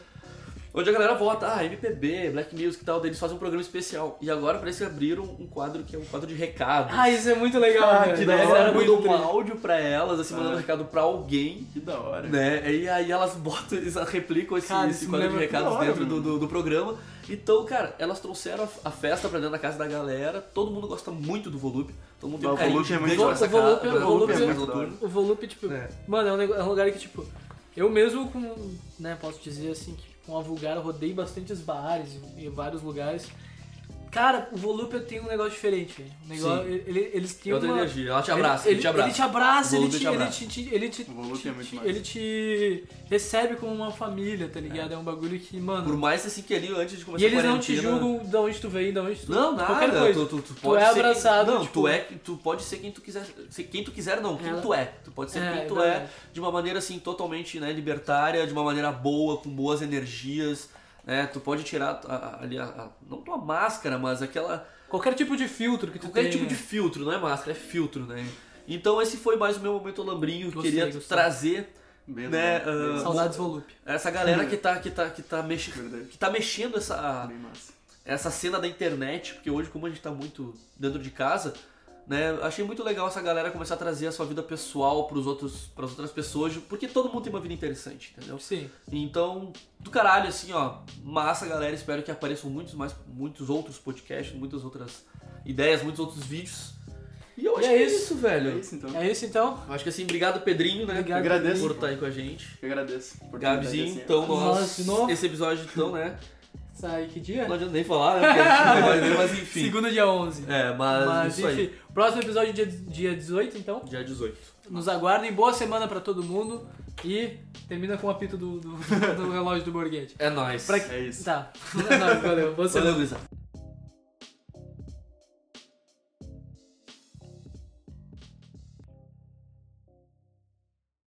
Onde a galera vota, ah, MPB, Black Music e tal, daí eles fazem um programa especial. E agora parece que abriram um quadro que é um quadro de recado. Ah, isso é muito legal, Ah, velho. que Que da daí a hora, galera muito mandou um áudio pra elas, assim, mandando Ah. um recado pra alguém, Que da hora. né? E aí elas botam, eles replicam esse, Cara, esse isso me quadro de lembra- recados da hora, dentro do, mano. do, do programa. Então, cara, elas trouxeram a, a festa pra dentro da casa da galera, todo mundo gosta muito do Volúpia, todo mundo tem Ah, um o carinho Volúpia é muito gigante da por hora. essa O Volúpia- casa, né? o pelo Volúpia menos é noturno. O Volúpia, tipo, É. mano, é um, nego- é um lugar que, tipo, eu mesmo com, né, posso dizer assim, que com a vulgar eu rodei bastantes bares e- e vários lugares. Cara, o Volúpia tem um negócio diferente, velho. Um negócio, Sim. ele, eles têm É outra uma... energia, ela te abraça, ele, te abraça. Ele te abraça, O ele Volúpia te, te ele abraça. te, te- ele te, O Volúpia te- é muito te- massa. ele te recebe como uma família, tá ligado? É, um bagulho que, mano... Por mais assim que ali, antes de E começar a eles não te quarentena- julgam de onde tu veio, de onde tu... Não, nada. Qualquer coisa. Tu, tu, tu pode é ser abraçado, Quem, não, tipo- tu é, tu pode ser quem tu quiser. Ser quem tu quiser não, quem Ela- tu é. Tu pode ser É, quem tu é é, verdade. de uma maneira assim totalmente né, libertária, de uma maneira boa, com boas energias. Né? Tu pode tirar a- a- ali a, a- não tua máscara, mas aquela Qualquer tipo de filtro que tu qualquer tem, tipo de né? filtro, não é máscara, é filtro, né? Então esse foi mais o meu momento lambrinho. Gostei, Queria gostei. trazer Bem Né, da hora, bem ah, da hora. Saudades Volúpia. essa galera que tá que tá que tá, mexe, Verdade. que tá mexendo essa Ah. Bem massa. essa cena da internet, porque hoje, como a gente tá muito dentro de casa, né? Achei muito legal essa galera começar a trazer a sua vida pessoal para outros, as outras pessoas, porque todo mundo tem uma vida interessante, entendeu? Sim. Então, do caralho, assim, ó, massa, galera. Espero que apareçam muitos mais, muitos outros podcasts, muitas outras ideias, muitos outros vídeos. E eu E acho é que isso. é isso, velho. É isso então. É isso então. Eu Acho que assim, obrigado, Pedrinho, né? Obrigado, Agradeço. por estar aí com a gente. Eu agradeço. a oportunidade, Gabizinho, assim. então, nós, Nós de novo. esse episódio, então, [laughs] né? Sai que dia? Não adianta nem falar, né? Porque a gente não vai ver, mas [laughs] enfim. Segunda, dia 11. É, mas, Mas isso aí. enfim, próximo episódio dia, dia 18, então. Dia 18. Nos aguardem. Boa semana pra todo mundo. E termina com o apito [laughs] do, do- do relógio do Borghetti. É nóis. Pra- É isso. Tá. Não, [laughs] valeu. Boa semana. Valeu, Luizão.